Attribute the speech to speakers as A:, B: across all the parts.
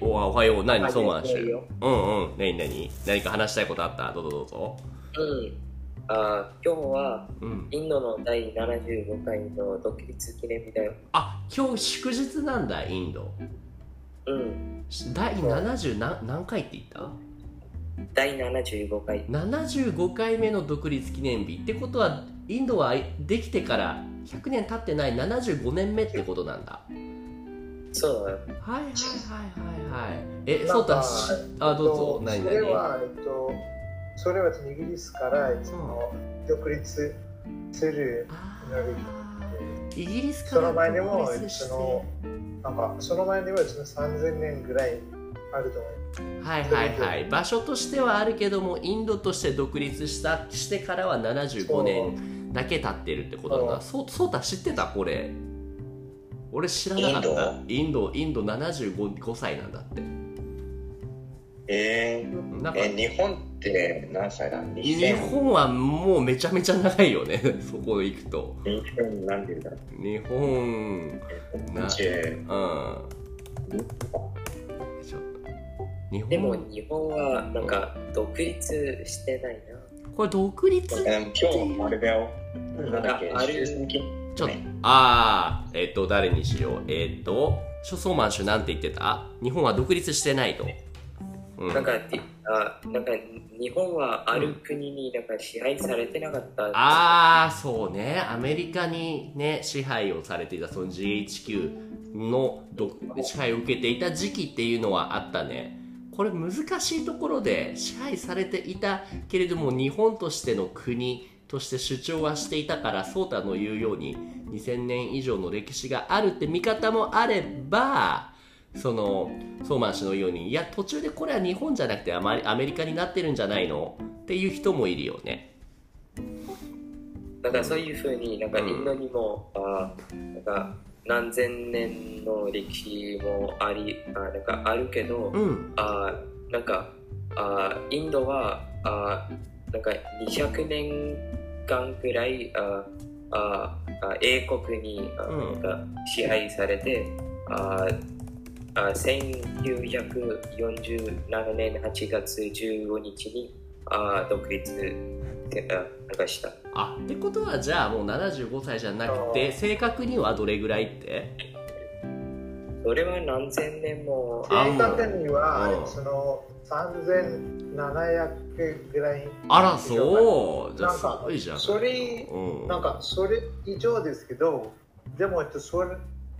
A: おあおはよう何
B: あ
A: そうなんし
B: 全然いいよ
A: うんうん何何何か話したいことあったどうぞどうぞ
B: うん。あー今日は
A: うん
B: インドの第75回の独立記念日だよ。
A: あ今日祝日なんだインド
B: うん。
A: 第70何何回って言った
B: 第75回。
A: 75回目の独立記念日ってことはインドはできてから100年経ってない75年目ってことなんだ
B: そうだよ。
A: はいはいはいはいはいえ
C: な
A: そ
C: ん
A: うだ
C: か
A: しあどうぞ
C: えっ
A: 何
C: とそれ
A: 々
C: は、えっと、それはイギリスから、えっと、独立する、
A: あ
C: え
A: ー
C: ー
A: イギリスから
C: その前でも
A: 独立して
C: そのなんか、その前ではその3000年ぐらいあると思う。
A: はいはいはい場所としてはあるけどもインドとして独立したしてからは75年だけ経ってるってことなんだそうそうだ知ってたこれ俺知らなかったインドインド75 5歳なんだって
D: え
A: なんか
D: ー、え日本って何歳だ
A: 日
D: ?2000
A: 本はもうめちゃめちゃ長いよね そこ行くと
D: 2000何年だ
A: 日本な
D: 20
A: うんちょ日
B: でも
A: 本
B: 日本はなんか独立してないな。
A: これ独立
D: えー今日あれだよなんだっけ
B: あれ
D: 終戦記念
A: ちょっと
D: ね
A: ああえっと誰にしようえっと諸相満州なんて言ってた日本は独立してないと、うん、
B: なんかってあなんか日本はある国になんか支配されてなかった。
A: ああそうねアメリカにね支配をされていたその GHQ の独支配を受けていた時期っていうのはあったねこれ難しいところで支配されていたけれども日本としての国として主張はしていたからソータの言うように2000年以上の歴史があるって見方もあればそのソーマン氏のようにいや途中でこれは日本じゃなくてあまりアメリカになってるんじゃないのっていう人もいるよね。
B: なんかそういうふうになんか
A: うん
B: インドにも、あなんか何千年の歴史もありあなんかあるけど、
A: うん
B: あなんかあインドはあなんか200年間くらいあああ英国にあ
A: うん
B: なんか支配されて、ああ1947年8月15日にあ独立であなんかした。
A: あってことはじゃあもう75歳じゃなくて
C: あー
A: 正確にはどれぐらいって
B: それは何千年も
A: あもう
C: 正確には、あ
A: うん
C: れその3700ぐらい。
A: あらそうじゃあ
C: なん
A: す
C: か
A: ごいじゃん
C: それ
A: うん
C: なんかそれ以上ですけど、でもえっとそれ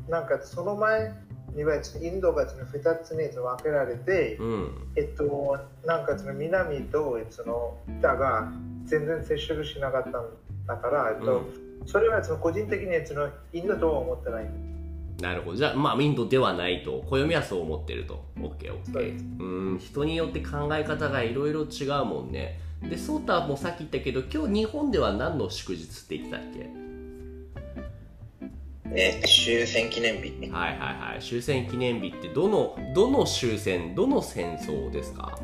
C: なんかその前にはインドがその2つに分けられて、
A: うん
C: えっとなんかその南とえっとその北が全然接触しなかったんだから、えっとそれはその個人的にそのインドとは思ってない。
A: なるほどじゃあまあインドではないと暦はそう思ってると OKOK
C: そうです
A: うん人によって考え方がいろいろ違うもんねでソータもさっき言ったけど今日日本では何の祝日って言ってたっけ
D: えー終戦記念日
A: はいはいはい終戦記念日ってどのどの終戦どの戦争ですか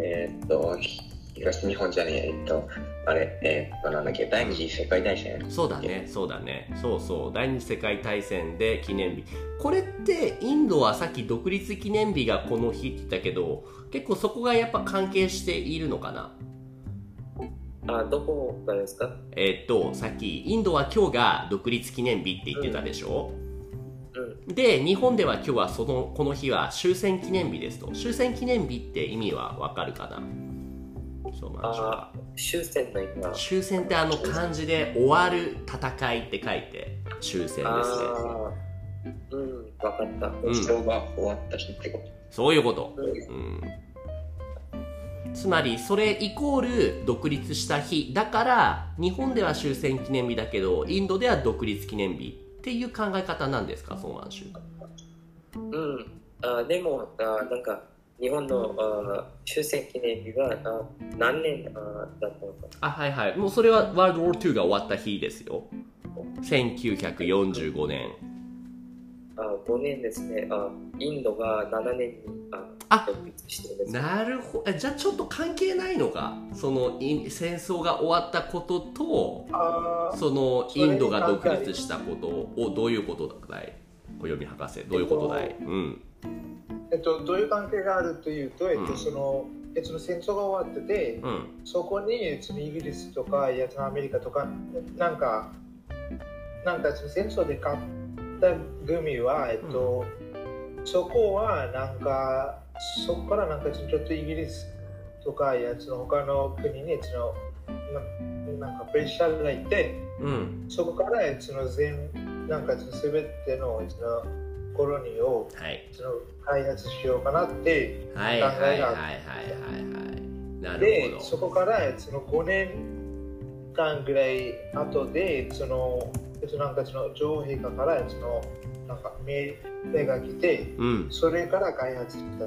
D: えーっとひ東日本じゃねええーっとあれえーっとなんだっけ第二次世界大戦
A: そうだねそうだねそうそう第二次世界大戦で記念日これってインドはさっき独立記念日がこの日って言ったけど結構そこがやっぱ関係しているのかな
B: あどこがですか
A: えっとさっきインドは今日が独立記念日って言ってたでしょ、
B: う
A: で日本では今日はそのこの日は終戦記念日ですと終戦記念日って意味はわかるかなそうなんでしょうか
B: あ終戦の意味は
A: 終戦ってあの漢字で終わる戦いって書いて終戦ですね
B: あーうんわかった
A: うん
D: 戦争が終わった日ってこと
A: そういうこと、
B: うん
A: うん、つまりそれイコール独立した日だから日本では終戦記念日だけどインドでは独立記念日っていう考え方なんですかソーマン州
B: うん、あでもあなんか日本のあ終戦記念日はあ何年あだったのか
A: あはいはいもうそれはワールドウォー2が終わった日ですよ1945年
B: あ5年ですねあインドが7年に
A: あ
B: あ独立してるんです
A: なるほどじゃあちょっと関係ないのかそのい戦争が終わったことと
C: あ
A: そのインドが独立したことをどういうことだい暦博士どういうことだい、うん
C: えっと、どういう関係があるというと、えっ
A: うん
C: と、その、えっと、戦争が終わってて、
A: うん
C: そこにそのイギリスとかいやそのアメリカとかなんかなんかその戦争で勝った組は、えっとそこはなんかそこからなんかちょっとイギリスとかいやその他の国にそのななんかプレッシャーがいて
A: うん
C: そこからえっとその全なんかその全てのえっとそのコロニーを
A: はい
C: その開発しようかなって
A: はいはいはいはいはいはいなる
C: でそ
A: ほど
C: こからその5年間ぐらい後でそのえっとなんかその女王陛下からそのなんか命令が来て
A: うん
C: それから開発した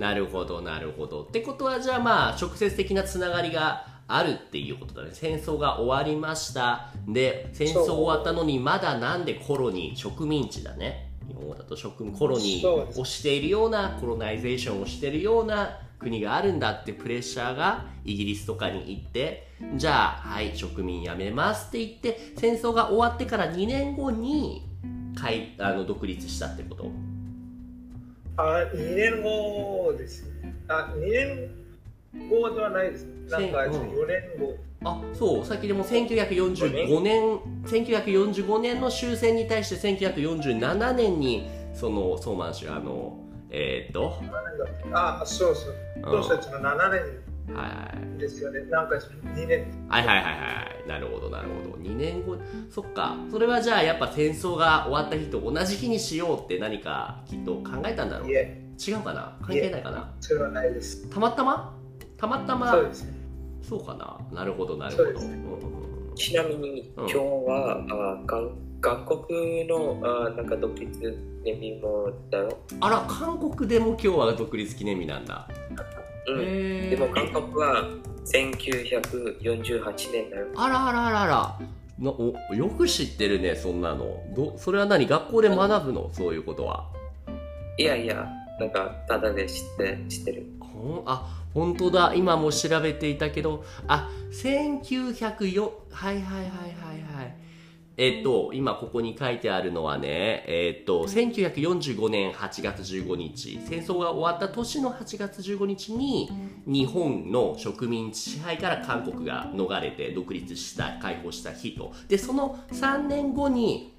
A: なるほどなるほどってことはじゃあまあ直接的なつながりがあるっていうことだね戦争が終わりましたで戦争終わったのにまだなんでコロニー植民地だね日本語だと植民コロニ
C: そうで
A: ー
C: す
A: をしているようなコロナイゼーションをしているような国があるんだってプレッシャーがイギリスとかに行ってじゃあはい植民やめますって言って戦争が終わってから2年後にかいあの独立したってこと
C: あ2年後ですあ2年後ではないですなんか
A: うん
C: 4年後
A: あそうさっきでも1945年1945年の終戦に対して1947年にそのソーマン氏があのえー、っと、
C: 7年だあそうそう
A: うん
C: どうせその7
A: はい
C: 年ですよねなんかその2年
A: はいはいはいはいなるほどなるほど2年後そっかそれはじゃあやっぱ戦争が終わった日と同じ日にしようって何かきっと考えたんだろう
C: いえ
A: 違うかな関係ないかな
C: それはないです
A: たまたまたまたま
C: そうです
A: そうかななるほどなるほど
C: そうです
A: うんうんうん
B: ちなみに
A: うん
B: 今日は、あかん韓国のあなんか独立記念日もだよ。
A: あら韓国でも今日は独立記念日なんだ
B: うん、
A: へー
B: でも韓国は1948年だよ。
A: あらあらあらあらなおよく知ってるねそんなのどそれは何学校で学ぶのそういうことはい
B: やいや、なんかただで知って知ってる。
A: ほんあ本当だ今も調べていたけどあ1904はいはいはいはいはいえっと今ここに書いてあるのはねえっと1945年8月15日戦争が終わった年の8月15日に日本の植民地支配から韓国が逃れて独立した解放した日とでその3年後に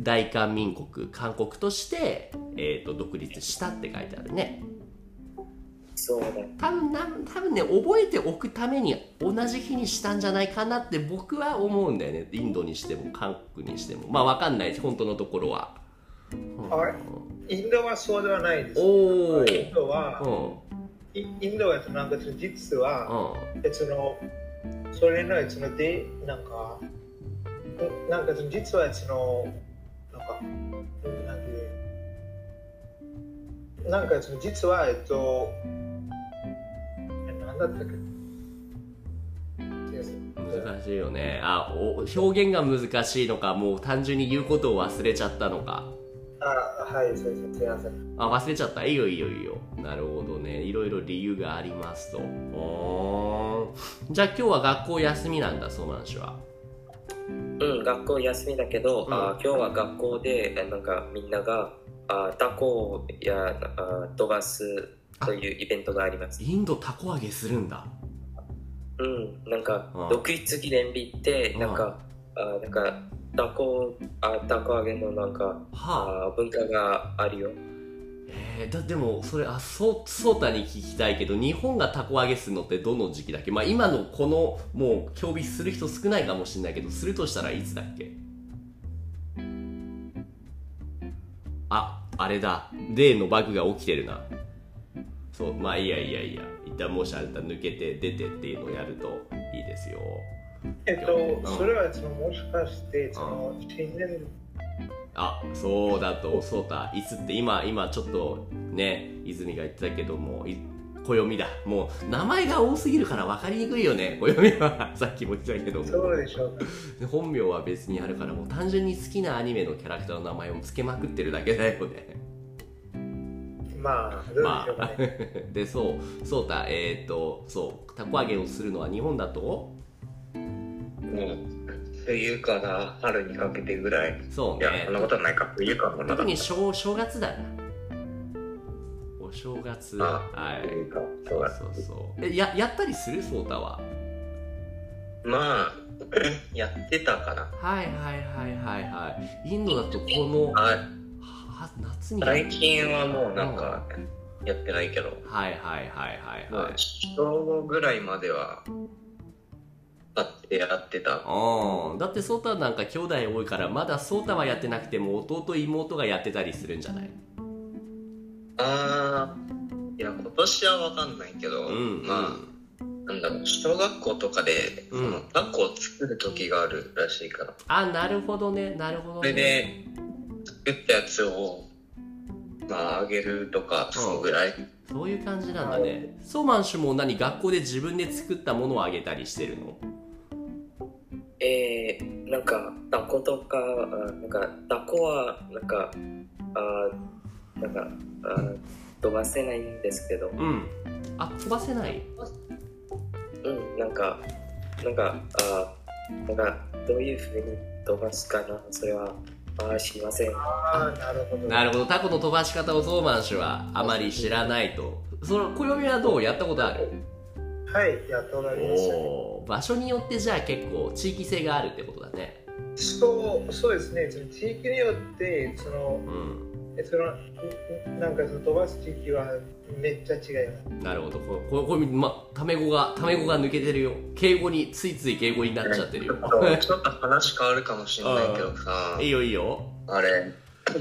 A: 大韓民国韓国として、えっと独立したって書いてあるね。
B: そうだよ。
A: 多分なん多分ね覚えておくために同じ日にしたんじゃないかなって僕は思うんだよねインドにしても韓国にしてもまあ分かんない本当のところは、うん
C: あれインドはそうではないです
A: お
C: イン
A: ー
C: ドは、
A: うん
C: イインドはなんかその実は、
A: う
C: えそのそれのそのでなんかんなんかその実はそのなんかうんなんていうなんかその実はえっとえなんだったっけ
A: ん難しいよねあお表現が難しいのかもう単純に言うことを忘れちゃったのか
C: あはいそうですすいません
A: あ忘れちゃったいいよいいよいいよなるほどねいろいろ理由がありますとおーじゃあ今日は学校休みなんだそうなんしは
B: うん、学校休みだけど、
A: うん
B: あ今日は学校であなんかみんながあタコやあ飛ばすというイベントがあります。
A: インドたこ揚げするんだ
B: うん、なんか
A: うん
B: 独立記念日ってなんか、あなんかタコあタコ揚げのなんか
A: はあ
B: あ文化があるよ。
A: えーだでもそれあそうそうたに聞きたいけど日本がたこ揚げするのってどの時期だっけ、まあ、今のこのもう競技する人少ないかもしれないけどするとしたらいつだっけああれだ例のバグが起きてるなそうまあいいやいいやいいや一旦もしあれだ抜けて出てっていうのをやるといいですよ
C: えっ
A: うん
C: とそれはそのもしかしてその新年
A: あそうだとそうだいつって今今ちょっとね泉が言ってたけどもい暦だもう名前が多すぎるから分かりにくいよね暦は さっきも言ったけども
C: そうでしょうか
A: 本名は別にあるからもう単純に好きなアニメのキャラクターの名前を付けまくってるだけだよね
C: まあどうでし
A: ま
C: ょうか
A: あ
C: ね、
A: でそうそうだえっ、とそうたこ揚げをするのは日本だと
D: うん。冬から春にかけてぐらい。
A: そう
D: いや、
A: ね
D: そんなことはないか。冬かもな
A: 特
D: かった
A: に正正月だなお正月
D: あ
A: はい
D: 冬か。そ
A: そうう
D: だ。
A: そうそうえややったりするソータは
D: まあ、 やってたかな。
A: はいはいはいはいはいインドだとこのは
D: はい。
A: は夏にはい
D: 最近はもうなんかやってないけど、
A: はいはいはい
D: ま
A: は
D: あ
A: い
D: 正午ぐらいまではあってやってた
A: うん、だってソータなんか兄弟多いからまだソータはやってなくても弟妹がやってたりするんじゃない
D: あーいや今年は分かんないけど、
A: うん
D: まあなんだろう小学校とかで、
A: うん
D: その学校を作る時があるらしいから
A: あなるほどねなるほど
D: そ
A: ね
D: れで作ったやつをまああげるとかそのぐらい、
A: そういう感じなんだねソーマンシュも何学校で自分で作ったものをあげたりしてるの
B: えー、なんか、学校とか、あなんか、学校は、なんか、あーなんかあー、飛ばせないんですけど、
A: うんあ飛ばせない
B: うん、なんか、なんか、あーなんか、どういうふうに飛ばすかな、それは、あー知りません。
C: ああ、なるほど。
A: なるほどタコの飛ばし方をソーマン氏はあまり知らないとその暦はどうやったことある
C: はい、やっておられましたね。
A: おー場所によってじゃあ結構地域性があるってことだね
C: そう、そうですね。その地域によって、その、
A: うん
C: えその、んんなんかその飛ばす地域はめっちゃ違います。
A: なるほどこここれまタメ語がタメ語が抜けてるよ敬語についつい敬語になっちゃってるよ
D: ちょっと話変わるかもしれないけどさ
A: いいよいいよ
D: あれ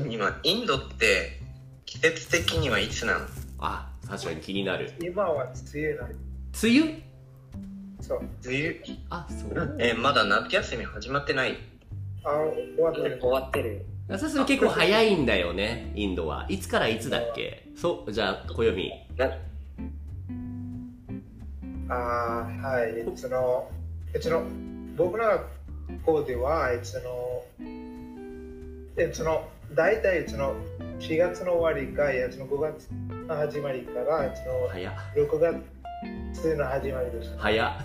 D: 今インドって季節的にはいつなの
A: あ確かに気になる
C: 今は梅雨なんで
A: 梅雨
C: す。そう。
D: 梅雨
A: あそう
D: えーまだ夏休み始まってない
C: あ、終わってる。
B: 終わってる。
A: さすが結構早いんだよねインドはいつからいつだっけそうじゃあ暦
B: な
C: あーはい、その、その、僕の学校では、その、えその、大体その、4月の終わりか、いやその5月の始まりから、その、
A: 早っ
C: 6月の始まりです。
A: 早 っ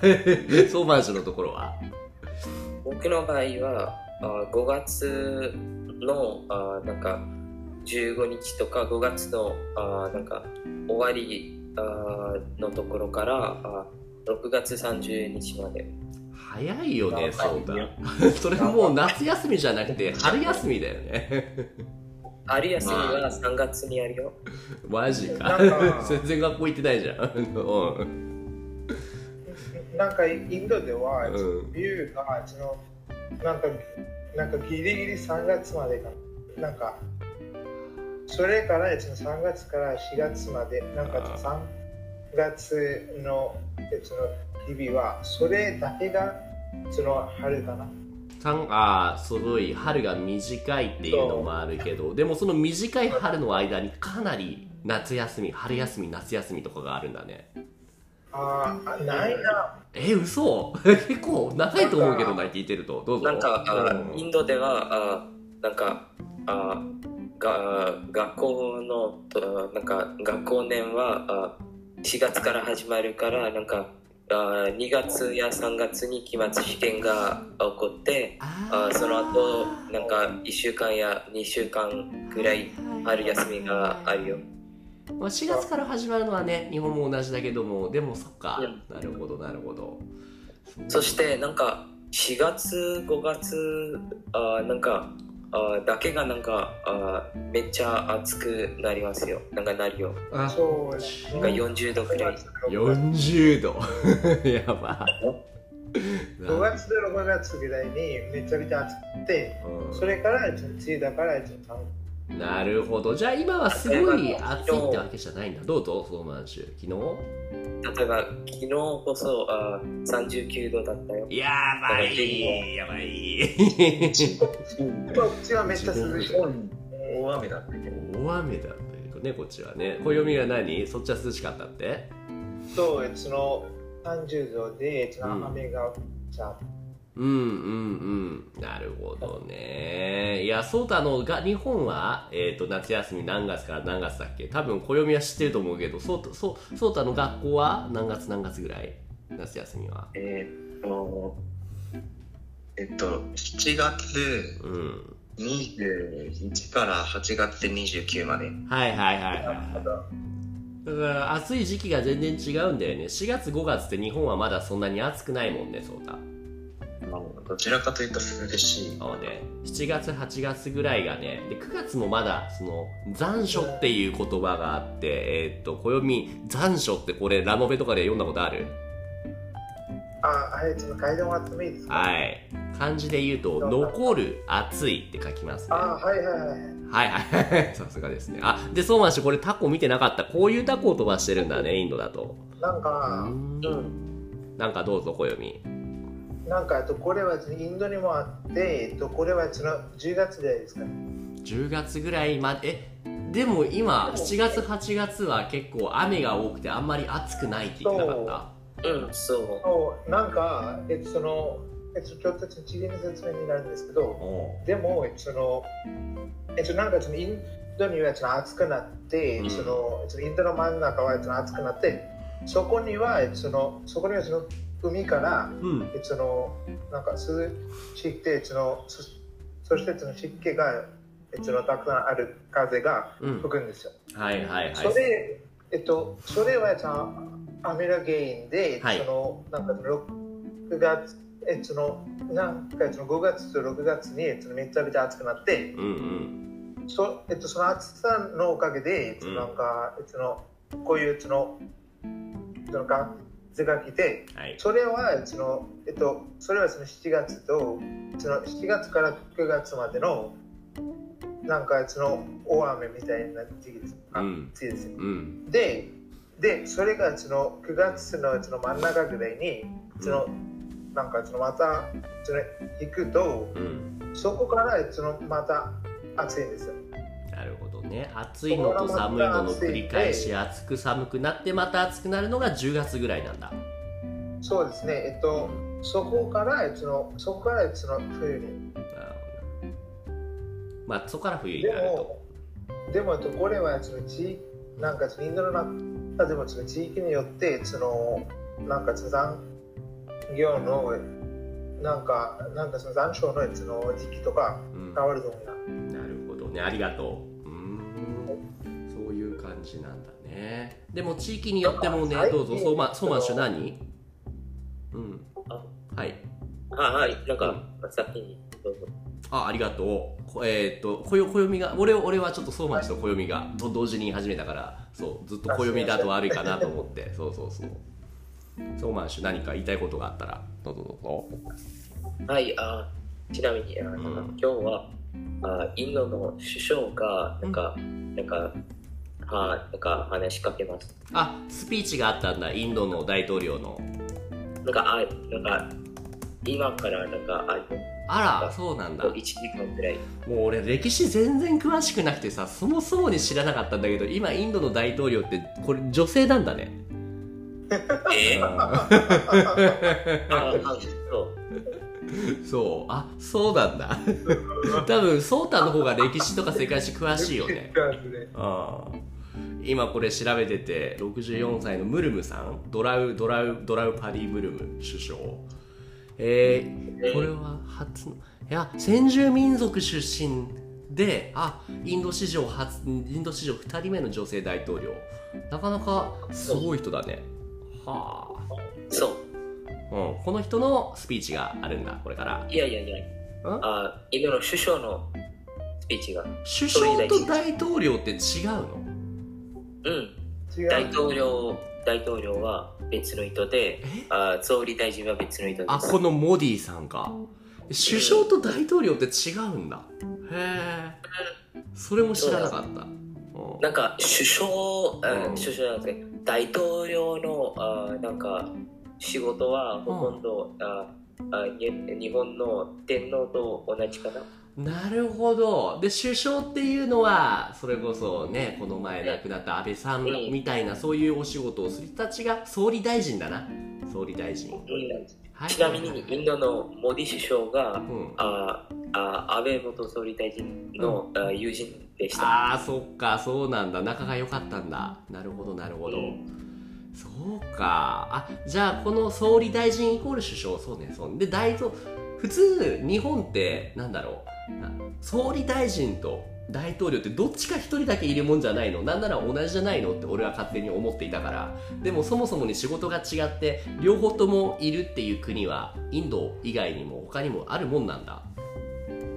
A: ソーマン氏のところは
B: 僕の場合は、あ5月の、あなんか、15日とか5月の、あなんか、終わりあのところから、あ6月30日まで。
A: 早いよね、
D: 頑
A: そ
D: 張
A: う
D: ってよ
A: だ。 それもう夏休みじゃなくて、春休みだよね。
B: 春休み
D: ま
B: は3月にやるよ。
A: マジか
C: なんか。
A: 全然学校行ってないじゃん。うん。
C: なんか、インドでは、
A: うん
C: その冬が、その、なんか、なんかギリギリ3月までかな。なんか、それから、その3月から4月まで、なんか
A: あー
C: 3月の、その日々は、それだけが、その春かな。
A: 三あーすごい春が短いっていうのもあるけどでもその短い春の間にかなり夏休み春休み夏休みとかがあるんだね
C: あーあ、ないな。
A: え嘘 結構長いと思うけどな聞いてるとどうぞ
B: なんか、あ
A: うん
B: インドでは、あなんか、あが学校のと、なんか、学校年は、あ4月から始まるから、なんか、あ2月や3月に期末試験が起こって、
A: あ
B: あ
A: ー
B: その後、なんか、1週間や2週間ぐらい、春休みがあるよ。
A: まあ、4月から始まるのはね日本も同じだけどもでもそっか
B: う
A: なるほどなるほど
B: そしてなんか4月5月あーなんかあーだけがなんかあーめっちゃ暑くなりますよなんかなるよ
A: あ
C: そう
B: なんか40度くらい
C: 5
A: 40度 やば
C: 月と6月ぐらいにめちゃめちゃ暑くて、それから、その梅雨だから、その3
A: うんなるほどじゃあ今はすごい暑いってわけじゃないんだどうぞソーマンシュ昨
B: 例えば昨日こそあー39度だったよ
A: 日やばいやばい
C: 今、うちはめっちゃ涼しい。
D: 大雨だった
A: 大雨だったよねこっちはね暦が何そっちは涼しかったって
C: そう、その30度で、その雨がちゃ
A: うんうんうんなるほどねいやそうだあのが日本は、えー、と夏休み何月から何月だっけ多分暦は知ってると思うけどそうそうそうたの学校は何月何月ぐらい夏休みは
D: えーっとえっと、7月
A: うん。
D: 21から8月29まで。
A: はいはいはいはいはい。だから暑い時期が全然違うんだよね。4月5月って日本はまだそんなに暑くないもんね、そうた。
D: まあどちらかというと涼しい。
A: そうね。7月8月ぐらいがね、で9月もまだその残暑っていう言葉があって、えーっと暦残暑ってこれラノベとかで読んだことある？
C: あ、あれ、ちょっと階段は集めいいですか
A: はい。漢字で言うと残る暑いって書きますね。
C: あ、
A: は
C: はいはいはい。
A: いはい。 さすがですね。あ、でそうなんですよこれタコ見てなかった。こういうタコを飛ばしてるんだね、インドだと。
C: なん
A: う
C: か、
A: ん
C: うん、
A: なんかどうぞ暦。
C: なんか、えっと、これはインドにもあって、えっと、これはその10月ぐらいですかね。
A: 10月ぐらいまでえでも今7月8月は結構雨が多くてあんまり暑くないって言ってなかった
B: うん、そう。
C: そうなんか、えっと、その、えっと、ちょっと地理の説明になるんですけど、
A: お
C: でも、えっと、その、えっと、なんかそのインドにはその暑くなって、
A: うん
C: その、そのインドの真ん中はその暑くなって、そこには、えっと、その、そこにはその海から、
A: ううん
C: えっと、その、なんか涼しくて、その、そそしてその湿気が、えっと、そのたくさんある風が
A: うん
C: 吹くんですよ。
A: はいはいはい
C: それ、えっと、それはじゃあ、アメラ原因で、
A: はい
C: その、なんか、6月、えっと、その、なんか、その5月と6月に、えっと、めちゃめちゃ暑くなって、
A: うんうん
C: そえっと、その暑さのおかげで、えっと、
A: うん
C: なんか、えっと、そのこういう、その、その、が、図が来て、
A: はい
C: それは、その、えっと、それはその7月と、その7月から9月までの、なんか、その、大雨みたいな時期です。あ
A: うん
C: 時期ですよ
A: うん
C: ででそれがその9月のその真ん中ぐらいにその、なんかそのまたその行くと
A: うん
C: そこからそのまた暑いんですよ
A: なるほどね暑いのと寒いのの繰り返し暑く寒くなってまた暑くなるのが10月ぐらいなんだ
C: そうですねえっとそこからそのそこからその冬に
A: なるほどまあそこから冬に
C: で
A: なると
C: もでもえっとこれはその地なんかそのインドの中でもその地域によってそのなんかその残業のなんかなんかその残暑のその時期とか
A: うん
C: 変わると思うな
A: なるほどねありがとううーんそういう感じなんだねでも地域によってもね
C: なんか
A: どうぞ
C: 最近
A: そうまそうまんしゅ
C: その
A: 何うん
B: あ
A: はい
B: あはい、なんか、先にどうぞ。
A: あありがとうこえーっとこよ暦が俺俺はちょっとそうまんしと暦がと同時に言い始めたからそうずっと暦だと悪いかなと思ってそうそうそうそうまんしゅ何か言いたいことがあったらどうぞどうぞ
B: はい、あちなみに、あなんか
A: うん
B: 今日はあインドの首相が、なんか、なんか、はなんか話しかけます。
A: あスピーチがあったんだインドの大統領の
B: なんか、あなんか今から、なんか、あ
A: あらそうなんだ
B: 1時間ぐらい。
A: もう俺歴史全然詳しくなくてさそもそもに知らなかったんだけど今インドの大統領ってこれ女性なんだね
B: えー、
A: あ
B: ああそう
A: ー そうあそうなんだ 多分ソータの方が歴史とか世界史詳しいよ ねあー今これ調べてて64歳のムルムさんドラウドラウドラウパリムルム首相えー、これは初のいや先住民族出身であインド史上初インド史上2人目の女性大統領なかなかすごい人だねは
B: そう。
A: あ、うん、この人のスピーチがあるんだこれから
B: いやいやいや、あインドの首相のスピーチが。
A: 首相と大統領って違うの
B: うん、
C: 違う
B: 大統領、大統領は別の人で、あ総理大臣は別の人です。
A: あこのモディさんか首相と大統領って違うんだへえそれも知らなかったうん
B: なんか首相、あ
A: うん
B: 首相なんですね大統領のあなんか仕事はほとんど、ああに日本の天皇と同じかな。
A: なるほどで首相っていうのはそれこそねこの前亡くなった安倍さん
B: うん
A: みたいなそういうお仕事をする人たちが総理大臣だな総理大臣はい
B: ちなみにインドのモディ首相
A: う
B: が
A: ん
B: ああ安倍元総理大臣の、あ友人でした。
A: あーそっかそうなんだ仲が良かったんだなるほどなるほど、
B: うん
A: そうかあじゃあこの総理大臣イコール首相そうねそうねで大統普通日本ってなんだろうな総理大臣と大統領ってどっちか一人だけいるもんじゃないのなんなら同じじゃないのって俺は勝手に思っていたからでもそもそもに仕事が違って両方ともいるっていう国はインド以外にも他にもあるもんなんだ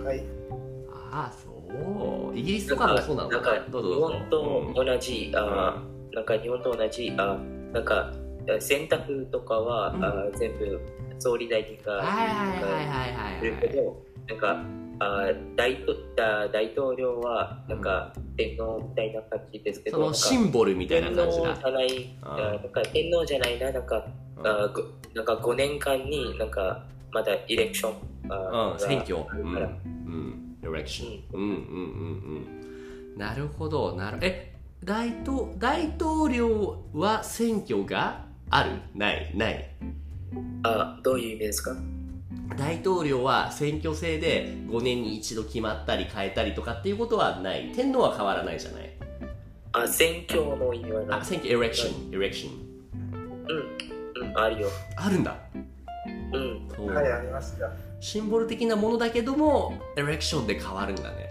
C: はい。
A: ああそうイギリスとかもそうなのか
B: んか日
A: どうぞどうぞ
B: 本と同じ、あーなんか日本と同じ、あーなんかあ洗濯とかは、
A: うん
B: あー全部総理大臣
A: うん
B: が
A: はいはい
B: す
A: はい
B: る
A: はい
B: け
A: はい
B: ど、なんかあー大統あー大統領はなんか天皇みたいな感じですけ
A: そ
B: ど、なん
A: の
B: か
A: シンボルみたいな
B: 天
A: 感
B: 皇
A: じ
B: じ
A: だ
B: ゃない、
A: あ
B: あ
A: ー
B: ーなんか天皇じゃないな、なんかあーごなんか5年間になんかまだイレクション、あー
A: うん、選挙。
B: があ
A: う
B: る
A: ん、
B: から
A: うん、エレクション。うん、うん、うん、うん。なるほど、なる。え、大統大統領は選挙があるないない。
B: あどういう意味ですか
A: 大統領は選挙制で5年に一度決まったり変えたりとかっていうことはない。天皇は変わらないじゃない。
B: あ、選挙の意味はな
A: あ、
B: い。
A: 選挙、エレクション、エレクション。
B: うん、うん、あるよ。
A: あるんだ。
B: うん、
A: そう
C: はい、ありますが。
A: シンボル的なものだけども、エレクションで変わるんだね。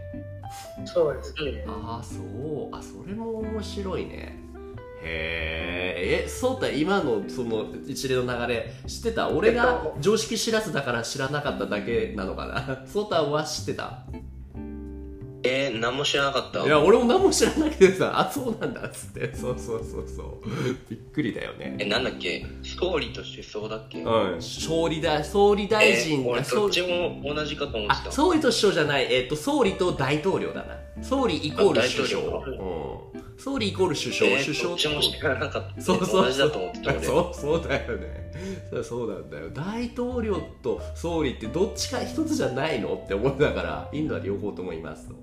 C: そうですね。
A: ああそうあそれも面白いねへーえそうた今のその一連の流れ知ってた俺が常識知らずだから知らなかっただけなのかな そうたは知ってた
D: えー、何も知らなかった
A: いや俺も何も知らなくてさ あそうなんだっつってそうそうそうそうびっくりだよね
D: えなんだっけストーリーと首相だっけ、
A: うん総理大総理大臣、
D: えー俺
A: 総
D: どっ
A: 理
D: ちも同じかと思っ
A: あ
D: てた
A: 総理と首相じゃない、えっと総理と大統領だな総理イコール
D: あ大
A: 首
D: 統
A: 相、
D: 領
A: うん、総理イコール首相、
D: えー
A: 首相
D: どっちも知らなかった
A: そうそう
D: 同じだと思ってた俺
A: そうそうだよねそうそうなんだよ大統領と総理ってどっちか一つじゃないのって思ったからインドは両方ともいますと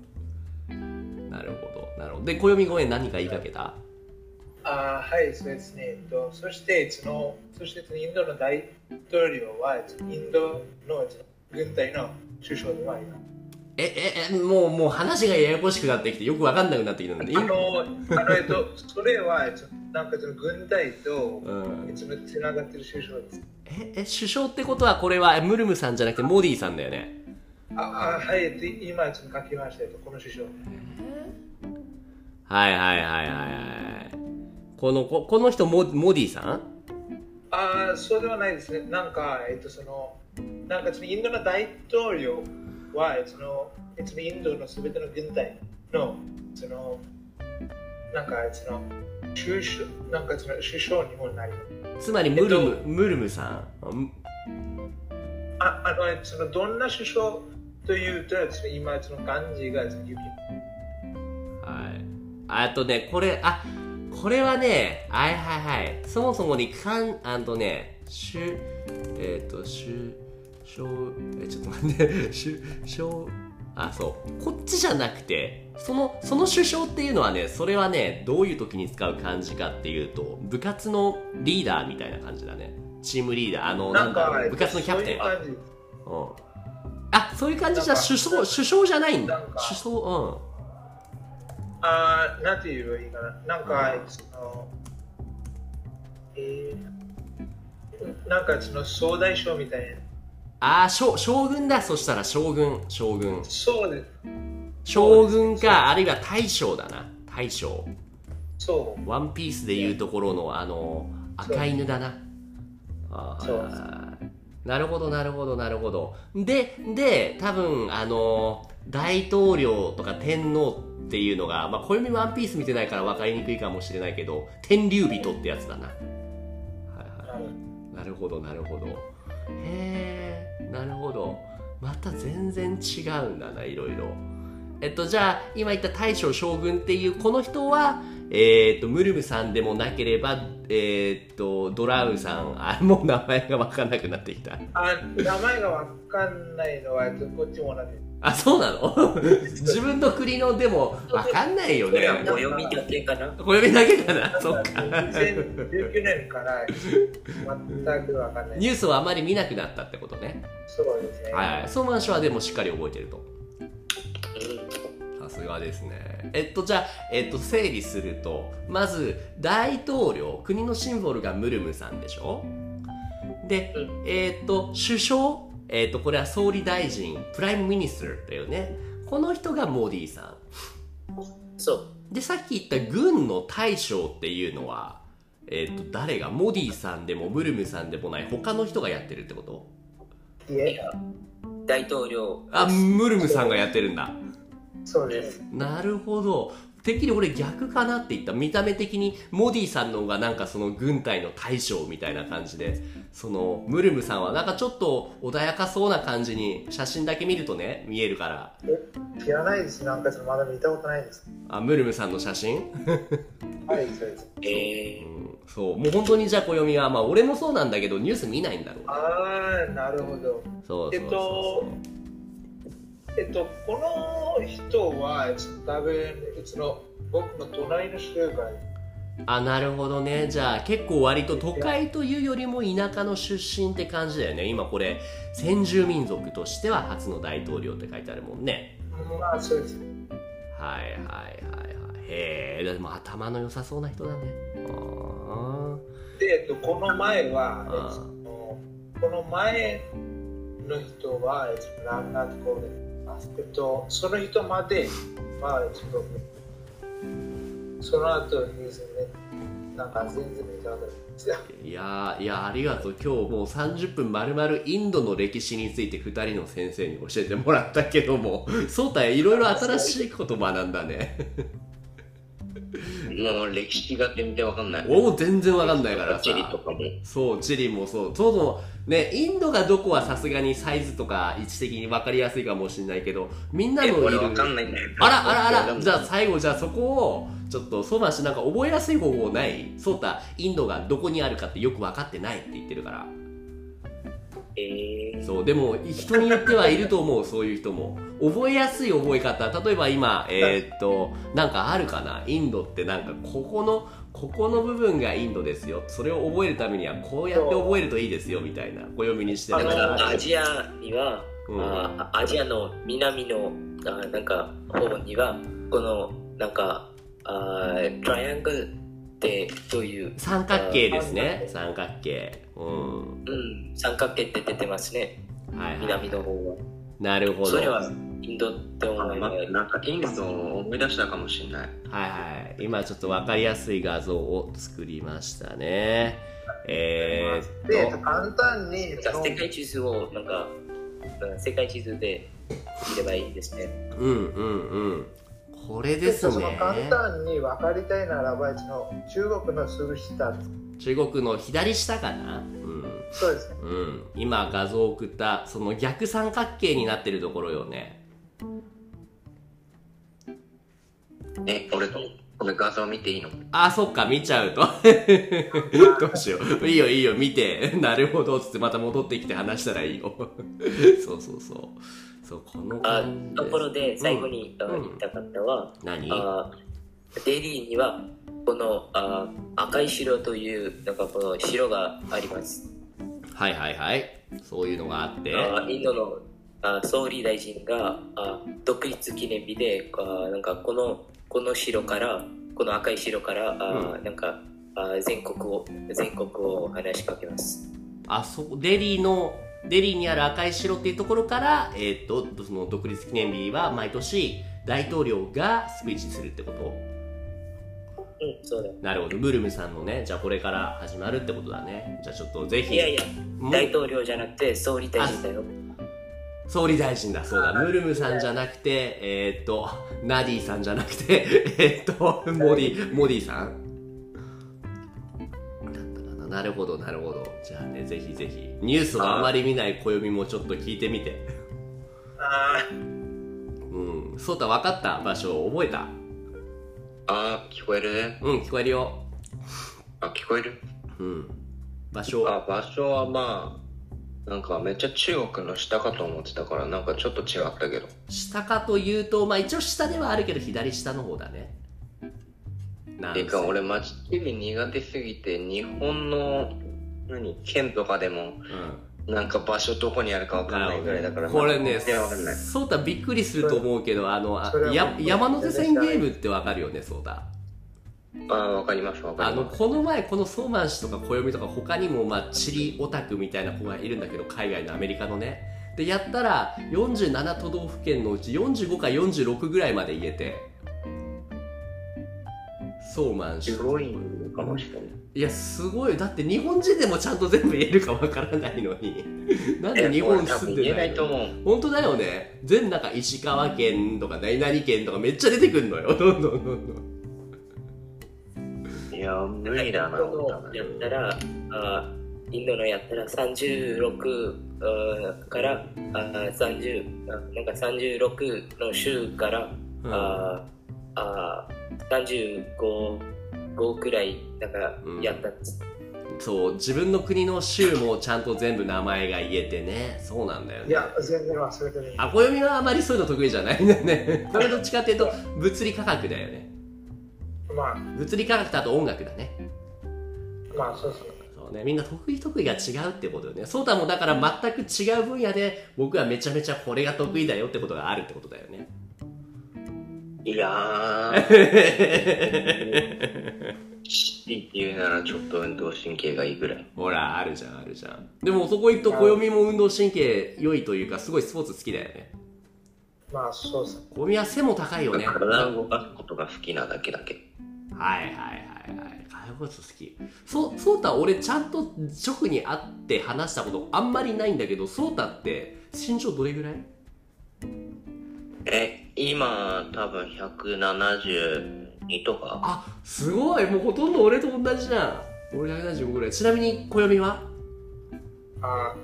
A: なるほどなるほどで暦語園何か言いかけた
C: あはい、そうですね。えっと、そして、その、そして、インドの大統領は、インドの軍隊の首相ではあります。
A: えええもうもう話がややこしくなってきてよく分かんなくなってきたんでイ
C: あ
A: ンド
C: の、あの、えっと、それは、えっとなんかその軍隊と、
A: うん
C: いつもつながってる首相です。
A: ええ首相ってことはこれはえムルムさんじゃなくてモディさんだよね
C: あ、あはい、えっと、今、その書きました、えっと、この首相。
A: はいはいはいはいはいこのここの人モモディさん
C: ああ、そうではないですね。なんか、えっと、その、なんか、そのインドの大統領は、その、えっと、インドのすべての軍隊の、その、なんか、その、首相、なんか、その、首相にもなります。
A: つまりムルム、
C: えっ
A: ムルムさんん
C: あ、あの、えっとその、どんな首相というと、その今、その漢字が、その、
A: はい。あとね、これ、あ、これはね、はいはいはい。そもそもに、かん、あとね、しゅ、えっ、と、しゅ、しょう、え、ちょっと待って、 しゅ、しょう、あ、そう。こっちじゃなくて、その、その首相っていうのはね、それはね、どういう時に使う漢字かっていうと、部活のリーダーみたいな感じだね。チームリーダー、あの、なんだろう、部活のキャプテン。
C: そういう感じ
A: うん。あ、そういう感じじゃ、
C: なんか
A: 首相、首相じゃないん
C: な
A: だ
C: ん。か
A: 首相、うん。
C: あーなんて言えばいいかな。なんか、
A: うん
C: その、えー、なんかその総大将みたいな。
A: ああ、将将軍だ。そしたら将軍、将軍。
C: そうです。
A: 将軍か、あるいは大将だな。大将。
C: そ
A: ワンピースでいうところの、あの、赤犬だな。あー
C: そう。
A: はいはいはいなるほど、なるほど、なるほど。で、で、多分、あの、大統領とか天皇っていうのが、まあ、暦ワンピース見てないから分かりにくいかもしれないけど、天竜人ってやつだな。はいはいう
C: あの
A: なるほどなるほどへえなるほどまた全然違うんだないろいろえっとじゃあ今言った大将将軍っていうこの人はえーっとムルムさんでもなければえーっとドラウさんあもう名前が分かんなくなってきた
C: あ名前がわかんないのは、えっとこっちも同じ。
A: あそうなの自分の国のでも分かんないよ
B: これ
A: ね
B: はお読みだけかな
A: 小読みだけかな そっか
C: 2019年から全くわかんな い。
A: ニュースをあまり見なくなったってことね
C: そうですね。
A: はいはいソーマン氏はでもしっかり覚えてると
B: う
A: さすがですね。えっと、じゃあ、えっと、整理すると、まず、大統領、国のシンボルがムルムさんでしょで
B: う、
A: えっと、首相、ええっ、と、これは総理大臣、プライムミニスターだよね。この人がモディさ
B: そ
A: ん。で、さっき言った軍の大将っていうのは、えっ、と、誰が、モディさんでもブルムさんでもない他の人がやってるってこと
C: いえ、
B: う大統領
A: あ、ムルムさんがやってるんだ。
C: そうです。
A: なるほど。てっきり俺逆かなって言った。見た目的にモディさんの方がなんかその軍隊の大将みたいな感じで、そのムルムさんはなんかちょっと穏やかそうな感じに写真だけ見るとね、見えるから。
C: 知らないです。なんかそのまだ見たことないです。
A: あ、ムルムさんの写真
C: はい、そうです。
A: う
B: えー
A: ん、そう。もう本当にじゃあ暦は、まあ俺もそうなんだけどニュース見ないんだろうね。
C: ああ、なるほど。
A: そうそうそう
C: ええっと、この人は、えっと多分、うちの僕の隣の州が
A: そう。あ、なるほどね。じゃあ結構割と都会というよりも田舎の出身って感じだよね。今これ、先住民族としては初の大統領って書いてあるもんね。
C: まあ、そうです。
A: はいはいはいはいへえでも頭の良さそうな人だねあ
C: で、えっと、この前は、
A: あ
C: えっとこの前の人は、えっと、ランナーとこうです。えっと、その人までは、えっと、その後にですね、なんか全然見たことないです。
A: ーいやーいやーありがとう今日もう30分まるまるインドの歴史について2人の先生に教えてもらったけどもそうたいろいろ新しいこと学んだね
D: もう歴史が全然わかんない。
A: 俺も全然わかんないから
D: 地理と
A: さ
D: かも。
A: そうチリもそうそうそうねインドがどこはさすがにサイズとか位置的に分かりやすいかもしれないけどみんなの
D: え、
A: いる
D: 俺わかんないんだよ。
A: あらあらあら、じゃあ
D: あ、
A: 最後、じゃあそこを、ちょっと、ソマシなんか覚えやすい方法ないそうた、インドがどこにあるかってよく分かってないって言ってるから。
B: えー
A: そう、でも、人によってはいると思う、そういう人も。覚えやすい覚え方、例えば今、えーっと、なんかあるかなインドってなんか、ここの、ここの部分がインドですよ。それを覚えるためには、こうやって覚えるといいですよ、みたいな。暦にして
B: だ
A: な
B: か
A: ん
B: ら
A: か
B: アジアには、
A: うん
B: あアジアの南のあなんか方にはこのなんかあトライアングルってどういう、
A: 三角形ですね。三角形。うん。
B: うん、三角形って出てますね
A: はい、はい。
B: 南の方は
A: なるほど。
B: それはインドって思いま
D: 待って
B: す
D: なんかインドを思い出したかもしれない。
A: はいはい今ちょっと分かりやすい画像を作りましたねえ
C: で、えっ
A: ー、
C: と、
A: っ
C: 簡単に、えっ
B: じゃあ
C: と
B: 世界地図をなんかうん世界地図で見ればいいですね
A: とうんうんうんこれです
C: その
A: ね
C: 簡単に分かりたいならば、えっと中国のすぐ下、
A: 中国の左下かなうん、
C: そうですね。
A: うん、今画像を送ったその逆三角形になってるところよね
D: え、俺と、この画像見ていいの
A: あそっか見ちゃうと どうしよういいよいいよ見てなるほどつってまた戻ってきて話したらいいよ そうそうそうそうこの
B: あ
A: 感じ
B: と
A: で
B: ころで最後
A: うん
B: に、あ
A: うん
B: 言いたかったは、
A: 何
B: あーデリーにはこのあー赤い城というなんかこの城があります。
A: はいはいはいそういうのがあって
B: あーインドのあー総理大臣があー独立記念日であーなんかこのこの城からこの赤い城からあー、なんかあー全国を全国を話しかけます。
A: あそこデリーのデリーにある赤い城っていうところから、えー、とその独立記念日は毎年大統領がスピーチするってこと
B: うん、そうだ。
A: なるほどブルムさんのねじゃあこれから始まるってことだねじゃあちょっとぜひ
B: いやいや、
A: もう
B: 大統領じゃなくて総理大臣だよ。
A: 総理大臣だそうだムルムさんじゃなくてえーっとナディさんじゃなくて えーっとモディモディさんだったかななるほどなるほどじゃあねぜひぜひニュースをあまり見ない暦もちょっと聞いてみて
C: あ
A: うんそうた分かった場所覚えた
D: あー、聞こえる
A: うん聞こえるよ
D: あ、聞こえる
A: うん場所
D: あ、場所はまあ、なんかめっちゃ中国の下かと思ってたから、なんかちょっと違ったけど。
A: 下かというとまあ一応下ではあるけど左下の方だねなん
D: て
A: せ
D: か俺マジテレビ苦手すぎて日本の何県とかでも
A: うん
D: なんか場所どこにあるかわかんないぐらいだから
A: これね
D: 全然わかんない
A: ソータびっくりすると思うけどあのあ
C: それはもう
A: や山手線ゲームってわかるよねソータ
D: ああわかりますわか
A: あ
D: り
A: の
D: ます
A: この前このソーマン氏とか暦とか他にもまあチリオタクみたいな子がいるんだけど海外のアメリカのねでやったら47都道府県のうち45か46ぐらいまで言えてそうマンシ
D: す
A: ョン
D: ごいのかもしれない。
A: いやすごいよだって日本人でもちゃんと全部言えるかわからないの になんで日本住んで
D: え多分言えな
A: ない
D: い
A: の
D: と思う。
A: 本当だよね全なんか石川県とか何々県とかめっちゃ出てくん のよどんどんどんどん
D: いや、無理だな、多分
B: やったらあインドのやったら36あからあ30あなんか36の州から、
A: うん
B: ああ35五くらいなんか
A: うん
B: やったんです、
A: そう自分の国の州もちゃんと全部名前が言えてねそうなんだよね
C: いや、全然忘れてない。
A: アコ読みはあまりそういうの得意じゃないんだよね これどっちかっていうと物理科学だよね
C: まあ、
A: 物理科学とあと音楽だね
C: まあ、そうですね。
A: そうねみんな得意得意が違うってことよねそうたもだから全く違う分野で僕はめちゃめちゃこれが得意だよってことがあるってことだよね
D: いや ー、強いて言うならちょっと運動神経がいいぐらい。
A: ほらあるじゃんあるじゃんでもそこ行くと暦も運動神経良いというかすごいスポーツ好きだよね
C: まあ、そうですね。
A: 暦は背も高いよね
D: 体を動かすことが好きなだけだけど。
A: はいはいはいはい。介護士好き。そ、そうた俺ちゃんと直に会って話したことあんまりないんだけど、そうたって身長どれぐらい
D: え、今、多分172とか
A: あ、すごいもうほとんど俺と同じじゃん。俺175ぐらい。ちなみに、暦は
C: あ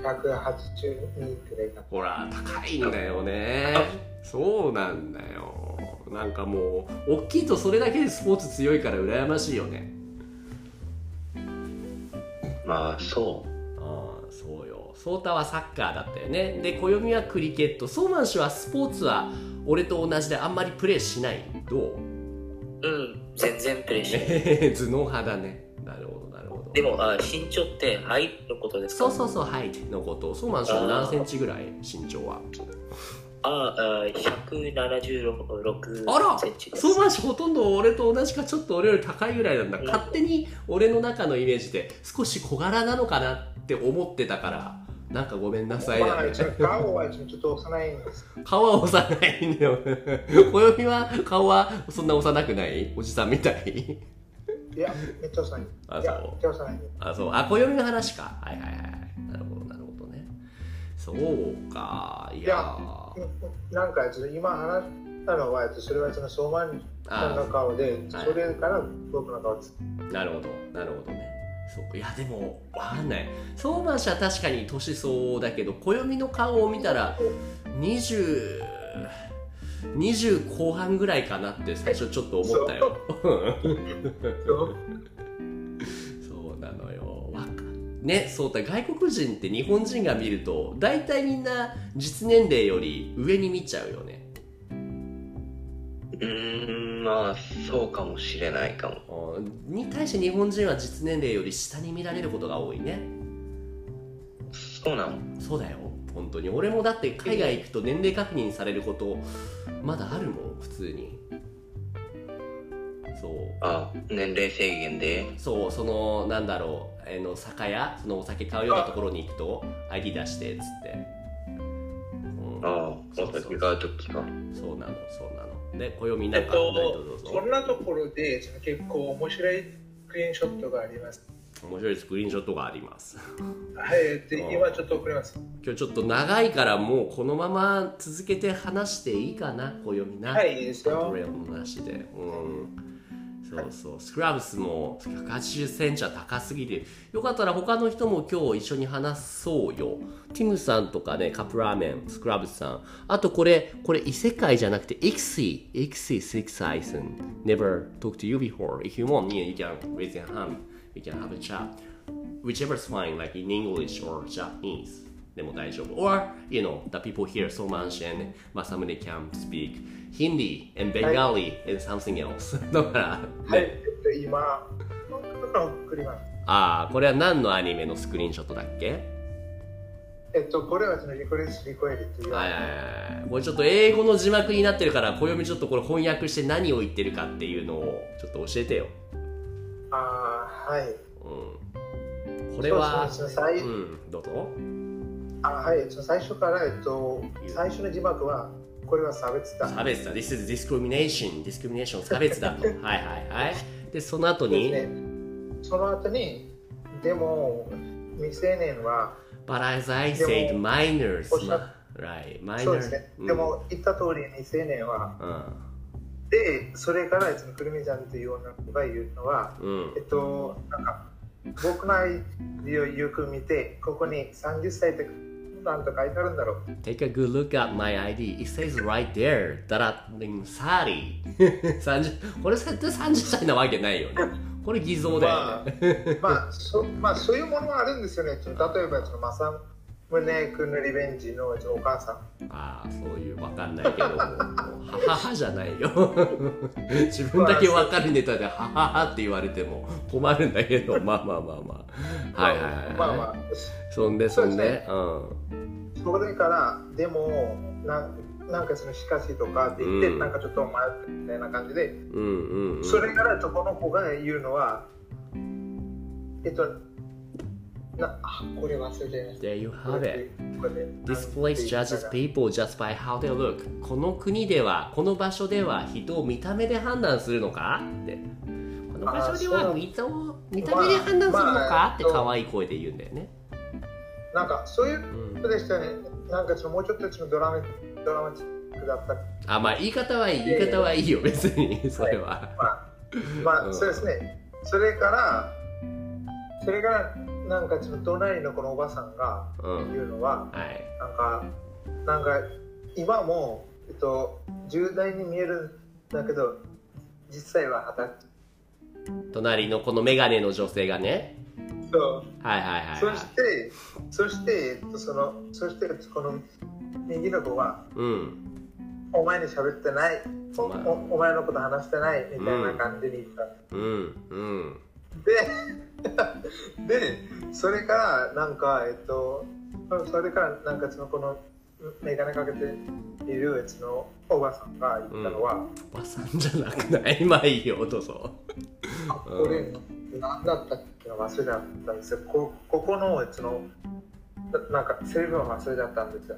C: 182くらいか
A: ほら、高いんだよね。そうなんだよ。なんかもう、大きいとそれだけでスポーツ強いから羨ましいよね。
D: まあ、そ
A: ああそうよソータはサッカーだったよねで暦はクリケットソーマン氏はスポーツは俺と同じであんまりプレーしないどう
B: うん全然プレッシャ ー
A: 頭脳派だねなるほどなるほど
B: でもあ身長ってはいのことですか
A: そうそうそうはいのことソーマン氏は何センチぐらい身長は
B: ああ176
A: あら
B: センチです
A: ソーマン氏ほとんど俺と同じかちょっと俺より高いぐらいなんだ勝手に俺の中のイメージで少し小柄なのかなって思ってたからなんかごめんなさい
C: な。ま
A: だ
C: あ、
A: ね
C: 一応顔はちょっと幼いんですけ
A: 顔は幼いんだよ。 暦は顔はそんな幼くないおじさんみたい。
C: ど、いや、めっちゃ幼い。
A: あ
C: いや、
A: そう
C: めっちゃ幼い。
A: あ、そう。あ、暦の話か。はいはいはい。なるほど、なるほどね。そうか。い
C: いや
A: やー。
C: なんか、ちょっと今話したのは、それはその相馬の
A: あ
C: 顔で、
A: はい
C: それから僕の顔です。
A: ーなるほど、なるほどね。そうか。いや、でも、わかんない。相馬氏は確かに年相応だけど、暦の顔を見たら、20、20後半ぐらいかなって最初ちょっと思ったよ。
C: そう
A: そうなのよ。わかね、そうだ外国人って日本人が見ると大体みんな実年齢より上に見ちゃうよね。
D: う。うーん、まあ、そうかもしれないかも。
A: うんに対して日本人は実年齢より下に見られることが多いね。
D: そうなの
A: そうだよ本当に俺もだって海外行くと年齢確認されることまだあるもん普通に。そう
D: あ、年齢制限で
A: そうそのなんだろうあの酒屋そのお酒買うようなところに行くと ID 出してっつって、うん、
D: ああ、
A: そ
D: お
A: うそう
D: 酒があるとき
A: そ
D: か。
A: うなのそうなので暦な
C: え
A: ん
C: っ
A: かないと
C: と
A: どう、ぞ
C: そんなところで、その結構面白いクリーンショットがあります。
A: 面白いスクリーンショットがあります
C: はい、で今ちょっと送ります。
A: 今日ちょっと長いからもうこのまま続けて話していいかな暦な
C: はい、いいですよ
A: こ。れもなしでうんそうそうスクラブスも180センチは高すぎるよかったら他の人も今日一緒に話そうよティムさんとかねカップラーメンスクラブスさんあとこれこれ異世界じゃなくて Ixi Ixi Six Eyes and Never talked to you before if you want yeah, you can raise your hand we can have a chat whichever's fine like in English or Japanese でも大丈夫 or you know the people here so much and Masamune can speak Hindi and Bengali and something else だから
C: はい、で今、送ります。
A: ああこれは何のアニメのスクリーンショットだっけ
C: えっと、これはそのリコレス・リコエルという。
A: はいはいはいはいこれちょっと英語の字幕になってるから暦ちょっとこれ翻訳して何を言ってるかっていうのをちょっと教えてよ、
C: あーはい。
A: うん、これは
C: そうそうそう最
A: うんどうぞ
C: あはい、えっと最初から、えっと
A: いい、よ
C: 最初の字幕は、これは差別だ。
A: 差別だ This is discrimination discrimination 差別 だとはいはいはいでその後に
C: ですね、その後に、でも、未成年は、
A: But as I said
C: でも
A: minors
C: おっしゃ
A: right
C: そうです
A: minors
C: ね、
A: うん
C: でも言った通り未成年は、で、それから、えっと、くるみちゃんという女の子が言うのは、
A: うんうん
C: えっと、なんか、僕のアイディをよく見て、ここに30歳ってなんと書いてあるんだろう。
A: Take a good look at my ID. It says right there that I'm 30. 30これ絶対30歳なわけないよね。これ偽造だよね。
C: まあ、そまあ、そういうものはあるんですよね。ちょ例えば、そのマサムネ君のリベンジのそのお母さん。
A: ああ、そういうわかんないけども、はははじゃないよ。 自分だけわかるネタで、はははって言われても困るんだけど、まあまあまあまあ。はいはいはい。
C: まあまあ、
A: そんでそん
C: そうで
A: で、う
C: それから、でも、ななんかそのしかしとかって言って、
A: うん
C: なんかちょっと迷ってみたいな感じで、
A: ん。うんうんうん。
C: それからとこの子が言うのは、えっと、なあこれ忘れてない。
A: There you have it.
C: これで
A: This place judges people just by how they look. この国では、この場所では人を見た目で判断するのかって。この場所で
C: あー
A: は
C: そう
A: 人を見た目で判断するの
C: まあま
A: か
C: あ
A: って可愛い声で言うんだよね。
C: なんかそういう
A: うん
C: ことでしたね。なんかちょっともうちょっとそのドラマドラマチックだった。
A: あ、まあ言い方はいい。
C: いやい
A: 言
C: や
A: い方はいいよ、別に。それは。
C: ま
A: うん
C: あそうですね。それからそれからなんかちょっと隣のこのおばさんが
A: うん。はい。
C: 言うのはなんかなんか今もえっと10代に見えるんだけど実際は二十歳。
A: 隣のこのメガネの女性がね。
C: そう
A: はいはいはい
C: そ
A: はい
C: し。てそしてえっとそのそしてこの右の子は
A: うん。
C: お前に喋ってないお
A: お前
C: おお前のこと話してないみたいな感じに言った。
A: うん。うん。
C: で でそれからなんかえっとそれからなんかそのこのメガネかけているやつのおばさんが言ったのは、
A: おばさんじゃなくない まあいいよ、どうぞ。
C: これ何だったっけの忘れだったんですよこここのやつのななんかセリフは忘れだったんですよ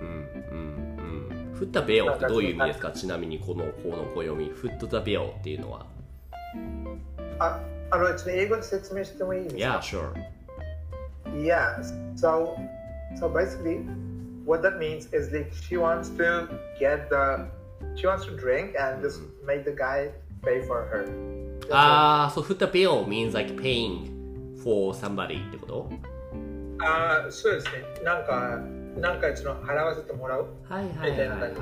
A: うんうんうん。フッタベオってどういう意味ですかちなみにこのこの小読み、フットザベオっていうのは。
C: ああのちょっと英語で説明してもいいんですか
A: Yeah, sure.
C: Yeah, so so basically what that means is like she wants to get the she wants to drink and just make the guy pay for her. That's
A: ああ、そう、フッタベオ means like paying for somebody ってこと
C: all. あーそうですね。なんかなんかその払わせてもらう。
A: はいはいはいはいはいはいはい。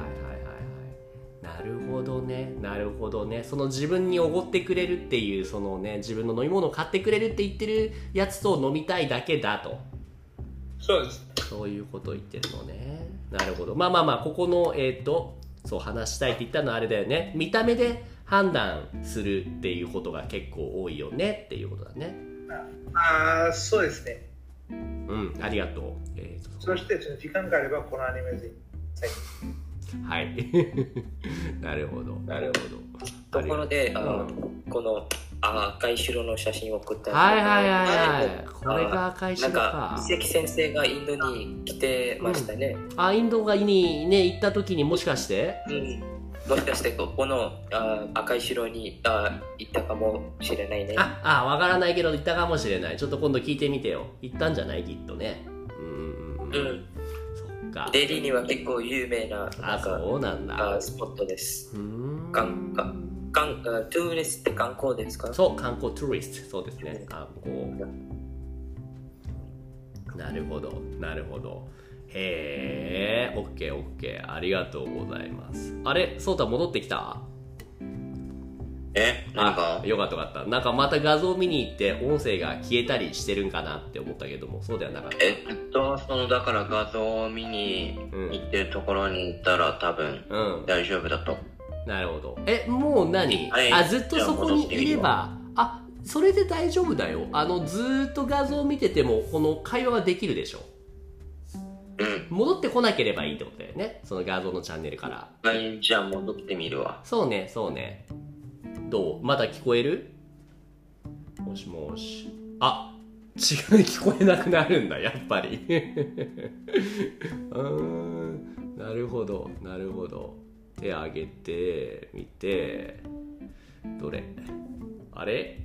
A: なるほどね、なるほどね。その自分におごってくれるっていう、そのね、自分の飲み物を買ってくれるって言ってるやつと飲みたいだけだと。
C: そうです。
A: そういうこと言ってるのね。なるほど。まあまあまあ、ここの、えっ、と、そう、話したいって言ったのはあれだよね。見た目で判断するっていうことが結構多いよねっていうことだね。
C: ああそうですね。
A: うん、ありがとう。えーと
C: そしてその時間があればこのアニメぜひ。はい。
A: はい。 なるほど、なるほ
B: と
A: ど。
B: ころで、あ
A: う
B: このあ赤い白の写真を送った
A: はいはいはい
B: あ
A: はい。これが赤い
B: な
A: 白
B: んか
A: か。
B: 一石先生がインドに来てましたね、
A: あ、インドがにね、行った時にもしかして
B: うんもしかしてここのあ赤い白にあ行ったかもしれないね
A: あ、あ、わからないけど行ったかもしれない。ちょっと今度聞いてみてよ。行ったんじゃないきっとね。うんうんうん。
B: うん
A: そっか。
B: デリーには結構有名なな
A: あ、
B: んか
A: そうなんだ。
B: あスポットです
A: うーん
B: 観光観あトゥーリストって観光ですか
A: そう、観光トゥーリスト。そうですね、観光。なるほど、なるほど。へえ、オッケーオッケー。ありがとうございます。あれ、ソータ戻ってきた
D: えなんか
A: あよかったよかった。なんかまた画像見に行って音声が消えたりしてるんかなって思ったけども、そうではなかった。
D: えっとそのだから画像を見に行ってるところに行ったら多分
A: うん。
D: 大丈夫だと
A: なるほど。え、もう何、
D: はい
A: あ、ずっとそこにいれば、あ、それで大丈夫だよ。あの、ずーっと画像を見てても、この会話ができるでしょ。
D: うん
A: 戻ってこなければいいってことだよね。その画像のチャンネルから。
D: はいじゃあ戻ってみるわ
A: そうね、そうね。どうまだ聞こえるもしもし。あ、違う聞こえなくなるんだやっぱり うーんなるほどなるほど手上げてみてどれあれ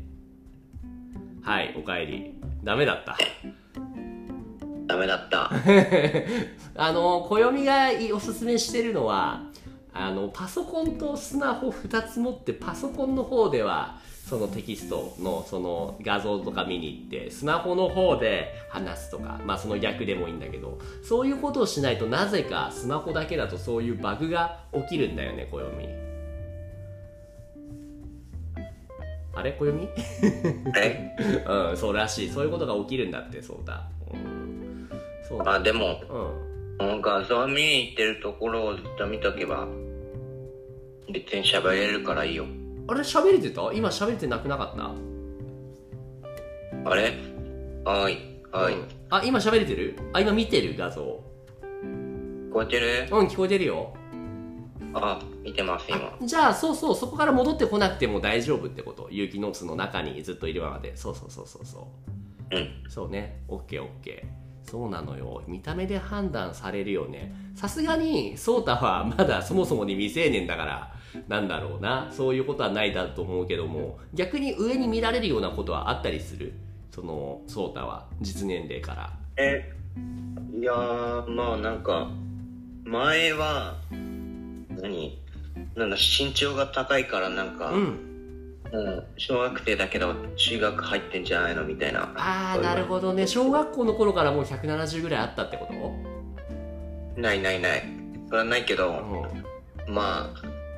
A: はいおかえりダメだった
D: ダメ だった。
A: あの暦がおすすめしてるのはあのパソコンとスマホ2つ持ってパソコンの方ではそのテキストのその画像とか見に行ってスマホの方で話すとかまあその逆でもいいんだけどそういうことをしないとなぜかスマホだけだとそういうバグが起きるんだよね暦あれ暦
D: え
A: うんそうらしいそういうことが起きるんだってそうだ、うん、そうだ
D: あ、でも、
A: うん
D: なんかそう見に行ってるところをずっと見とけば、別に喋れるからいいよ。
A: あれ喋れてた今喋れてなくなかった
D: あれはい、はい。
A: うん
D: 聞
A: あ、今喋れてるあ、今見てる画像。
D: こえてる
A: うん、聞こえてるよ。
D: あ、見てます、今。
A: じゃあ、そうそう、そこから戻ってこなくても大丈夫ってこと。有機ノーツの中にずっといるまで。そうそうそうそうそう。
D: うん
A: そうね。オッケーオッケー。そうなのよ。見た目で判断されるよね。さすがに、ソータはまだそもそもに未成年だから、なんだろうな。そういうことはないだと思うけども、逆に上に見られるようなことはあったりする。その、ソータは、実年齢から。
D: え、いやー、まあなんか、前は、何なんだ、身長が高いからなんか、
A: うん。
D: うん小学生だけど中学入ってんじゃないのみたいな
A: ああなるほどね小学校の頃からもう170ぐらいあったってこと
D: ないないないそれはないけど、
A: うん
D: まあ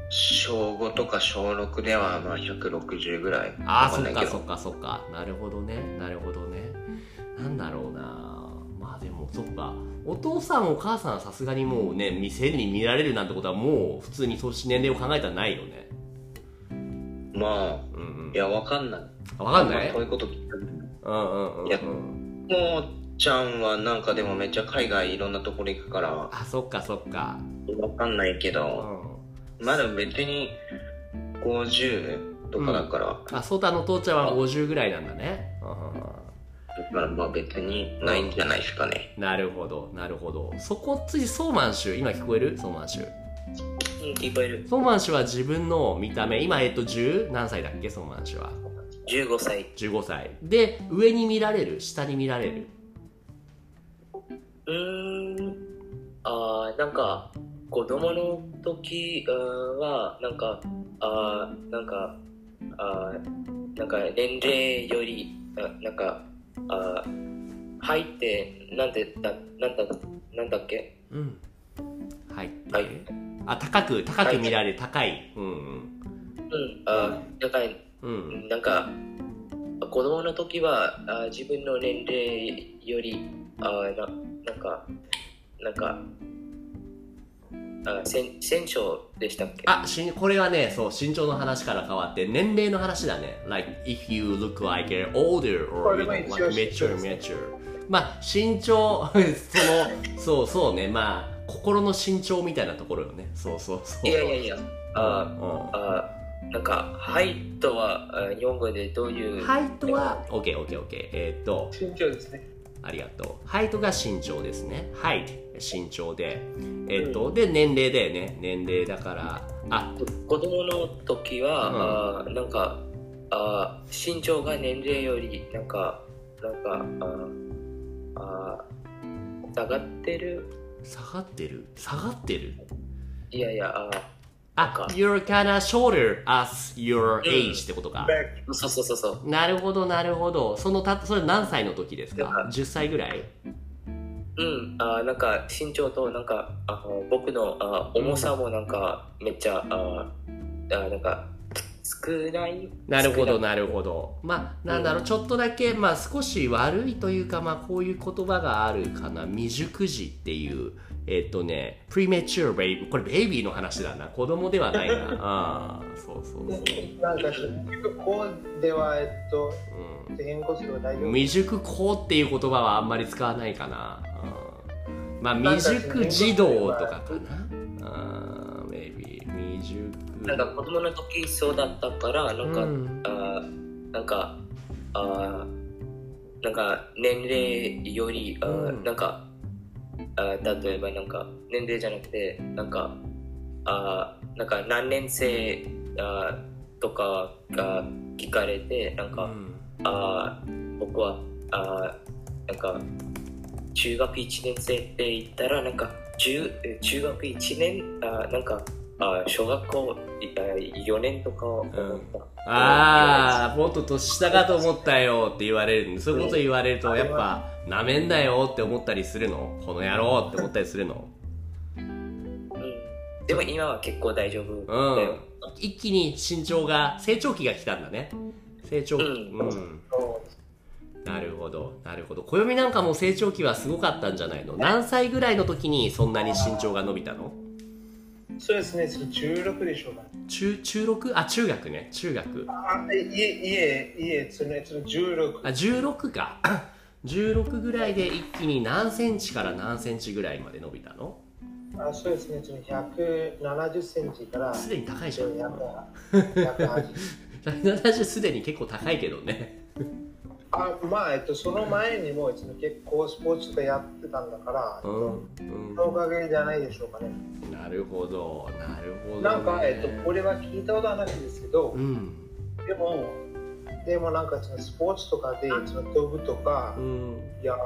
D: 小5とか小6ではまあ160ぐらい
A: ああ
D: わか
A: そ
D: んな
A: っ
D: い
A: か
D: けど
A: そっかそっかなるほどねなるほどねなんだろうなまあでもそっかお父さんお母さんはさすがにもうね店に見られるなんてことはもう普通にそうし年齢を考えたらないよね
D: ま
A: うんうん
D: あいやわかんない
A: あわかんない
D: こう
A: う
D: いうこと聞く
A: んうんうんう
D: いや
A: ん
D: もうちゃんはなんかでもめっちゃ海外いろんなところ行くからわ
A: あそっかそっか
D: かんないけ
A: う
D: ど
A: ん
D: まだ別に50とかだから、
A: あそうたの父ちゃんは50ぐらいなんだねうん
D: だからまあ別にないんじゃないですかね
A: なるほどなるほどそこ次ソーマン州今聞こえるソーマン州
B: うん聞こえる
A: ソーマン氏は自分の見た目今えっと10何歳だっけソーマン氏は
B: 15歳
A: 15歳で上に見られる下に見られる
B: うーんあーなんか子供の時うーんはなんかあーなんかあーなんか年齢よりあなんかあー入ってなんでだなんだなんだっけ
A: うん入って、
B: はい
A: あ高く高く見られる、高いうん
B: うんあーなんか
A: うんうん
B: なんか子供の時はあー自分の年齢よりあーななんかなんかあー戦戦勝でしたっけ
A: あしこれはねそう身長の話から変わって年齢の話だね Like if you look like an older
C: こ
A: or
C: れ
A: you
C: でも
A: look
C: 一応
A: like mature
C: 身長ですね
A: mature まあ身長 そのそうそうねまあ心の身長みたいなところよねそうそうそう
B: い
A: い
B: やいやいやあー
A: うん
B: あーなんか「はい」とはあー日本語でどういう
A: ハイトは、オッケーオッケーオッケー。えーっと、
C: 身長ですね。
A: ありがとう。ハイトが身長ですね。はい、身長で。えーっと、で、年齢だよね。年齢だから、あ、
B: 子供の時は、あーなんかあー身長が年齢よりなんかなんかあーあー下がってる
A: 下がってる下がってる
B: いやいやあー
A: あ、you're kinda shorter as your age ってことか。
C: Back
B: そうそうそうそう
A: なるほど、なるほど。そのた、それ何歳の時ですか
B: うん
A: ?10 歳ぐらい
B: うんあーなんか身長となんかあの僕のあー重さもなんかめっちゃあーあーなんか少ない
A: なるほ
B: 少
A: ど
B: い
A: なるほどまあなんだろう、ちょっとだけまあ少し悪いというかまあこういう言葉があるかな未熟児っていうえっとね premature baby これベイビーの話だな子供では ないなあーそうそうそう、
C: なんか結局こうではえっと変更すれば大
A: う
C: 丈
A: ん、
C: 夫。
A: 未熟子っていう言葉はあんまり使わないかな、うん、まあ未熟児童とかかなあー maybe 未熟
B: なんか子供の時そうだったからなんか、
A: うん
B: あーなんかあーなんか年齢より、あ
A: うん
B: なんかあ例えばなんか年齢じゃなくてなんかあなんか何年生あとかが聞かれてなんか、あー僕はあーなんか中学1年生って言ったらなんか中え中学1年あーなんかあー小学校4年とか思った、
A: ああもっと年下かと思ったよって言われるそういうこと言われると
C: うん
A: やっぱなめんなよって思ったりするのこの野郎って思ったりするの
B: うん、でも今は結構大丈夫だよ、
A: 一気に身長が成長期が来たんだね成長期う
B: うん
A: ん
C: そう
A: なるほどなるほど暦なんかも成長期はすごかったんじゃないの何歳ぐらいの時にそんなに身長が伸びたの
C: そうですね、それ16でしょうか。
A: 中中 6? あ中学ね中学
C: あ、え家、家、家、そのその
A: あ
C: 16。
A: 16か 16ぐらいで一気に何センチから何センチぐらいまで伸びたの
C: あそうですね、その170センチから
A: すでに高いじゃん
C: 180。
A: 170すでに結構高いけどね
C: あまあ、えっと、その前にも、その結構スポーツとかやってたんだから、
A: う
C: そ
A: ん、
C: のおかげじゃないでしょうかね。
A: うん、なるほどなるほど、ね、
C: なんか、えっと、これは聞いたことはないんですけど
A: う、ん
C: でも、でもなんかそのスポーツとかで、その飛ぶとか
A: う、ん
C: いや、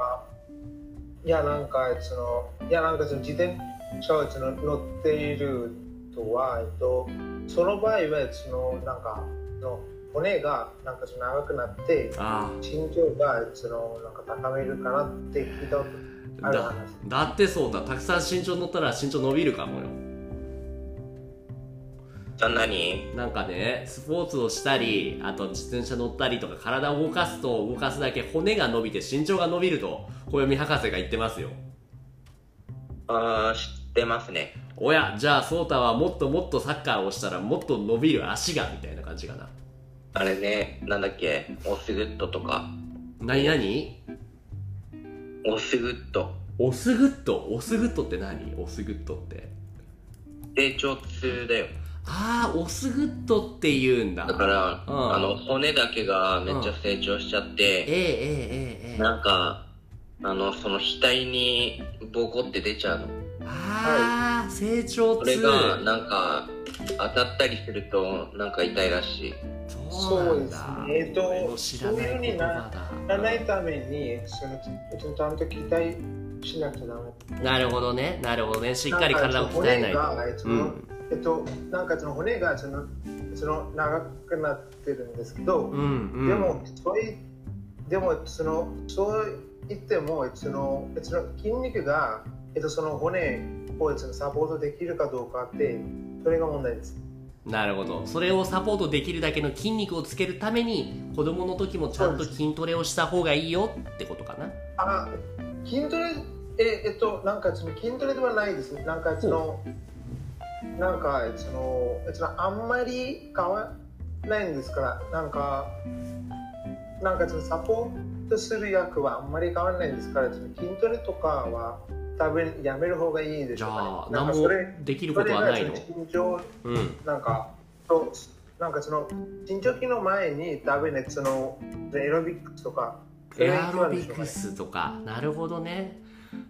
C: いや、なんか、その、いや、なんか、その自転車をその乗っているとは、えっと、その場合は、その、なんか、その骨が、なんか、その長くなって、
A: あ
C: 身長が、その、なんか高めるかなって聞いたことある
A: だ
C: 話。
A: だってそうだたくさん身長乗ったら身長伸びるかもよ
D: あ何
A: なんかねスポーツをしたりあと自転車乗ったりとか体を動かすと動かすだけ骨が伸びて身長が伸びると暦博士が言ってますよ
D: あー知ってますね。
A: おやじゃあ颯太はもっともっとサッカーをしたらもっと伸びる足がみたいな感じかな
D: あれね、なんだっけ、オスグッドとか。
A: 何何
D: オスグッド。
A: オスグッドオスグッドって何オスグッドって
D: 成長痛だよ。
A: ああオスグッドって言うんだ
D: だから、
A: うん
D: あの、骨だけがめっちゃ成長しちゃっ
A: え
D: て、
A: ええええええ
D: なんか、あの、その額にボコって出ちゃうの。
A: ああ、成長
D: そ
A: 痛
D: れが、なんか、当たったりすると、なんか痛いらしい。
A: そうなんだ
C: そうですねえっと
A: 俺の知らない言葉
C: な
A: だ
C: らないために、その、えっと、ちゃんと期待しなきゃダメ。
A: なるほどねなるほどねしっかり体を鍛えない
C: なんか
A: と
C: そ
A: うん
C: の骨えっと、なんかその骨がそのその長くなってるんですけど、
A: うんうん
C: でもそういでもそのそう言ってもそのその筋肉が、えっと、その骨をそのサポートできるかどうかってそれが問題です。
A: なるほどそれをサポートできるだけの筋肉をつけるために子供の時もちゃんと筋トレをした方がいいよってことかな
C: あ筋トレええっとなんかその筋トレではないですねなんかそのなんかそのそのあんまり変わらないんですからなんかなんかそのサポートする役はあんまり変わらないんですからその筋トレとかは多分やめる方がいいでし
A: じ
C: ょ
A: ゃ
C: う
A: あ
C: ね、なん
A: 何
C: か
A: も
C: それ
A: できる
C: そ
A: こ
C: れ
A: とは
C: が
A: ない
C: そ
A: の
C: の身長
A: うん
C: なんかとなんかその身長期の前に多分ねそのエアロビックスとかそれ
A: エ
C: が
A: ア
C: 一
A: ロ
C: 番
A: ビ
C: でしょう
A: ク
C: かね
A: スとかなるほどね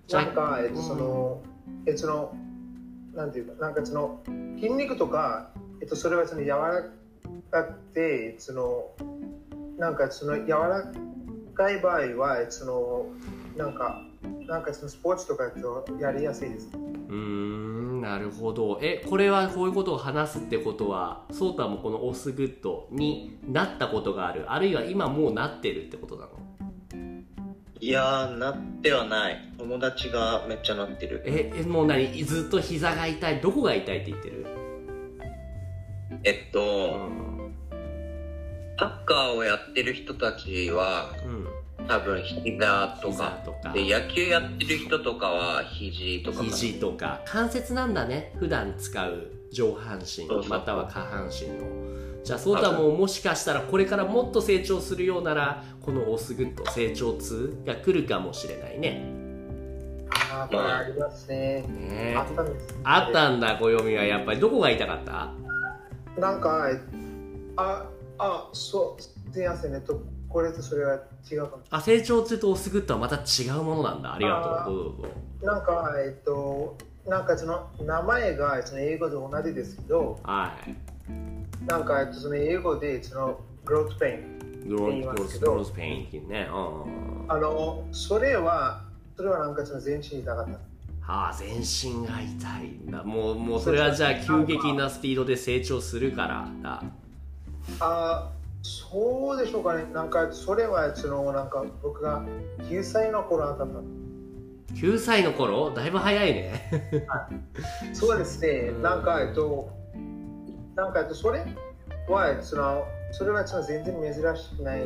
A: じゃ
C: な
A: あ
C: んか、えっと、その、えっと、その、なんていうか、なんかその、筋肉とか、えっと、それはその柔らかくて、その、なんかその柔らかい場合は、えっとその、なんか、なんかそのスポーツとかえっとやりやすいです。
A: うーんなるほどえこれはこういうことを話すってことはソータもこのオスグッドになったことがあるあるいは今もうなってるってことなの
D: いやー、なってはない。友達がめっちゃなってる。
A: ええもう何ずっと膝が痛いどこが痛いって言ってる、
D: えっ
A: う
D: と、
A: ん
D: サッカーをやってる人たちは、
A: うん、
D: 多分膝と
A: 膝
D: か。
A: とか
D: で、野球やってる人とかは、肘とかかな。
A: 肘とか関節なんだね普段使う上半身
D: そうそう
A: または下半身のじゃあそうたももしかしたらこれからもっと成長するようならこのオスグッド成長痛が来るかもしれないね
C: ああ、これありますね。
A: ねえ
C: あったんです。
A: あったんだ暦はやっぱりどこが痛かった
C: なんか、えあ、あ、そう、すみません、えっと、これとそれは違うかも
A: あ成長痛とオスグッドはまた違うものなんだありが
C: あ
A: とう
C: ー
A: どうぞどうぞ
C: なんかえっとなんかその名前がその英語と同じですけど
A: はい
C: なんかえっとその英語でそのグロートペイン
A: グロ
C: 言い
A: ー
C: ますけ
A: ス
C: ど
A: グロースペインキンねうんうんうん
C: あのそれはそれはなんかその全身痛かった
A: ああ全身が痛いんだもうもうそれはじゃあ急激なスピードで成長するからだ
C: あーそうでしょうかねなんかそれはそのなんか僕が9歳の頃あったの
A: 9歳の頃だいぶ早いね
C: そうですね
A: うん
C: なんかえっとなんかえっとそれはそのそれはその全然珍しくない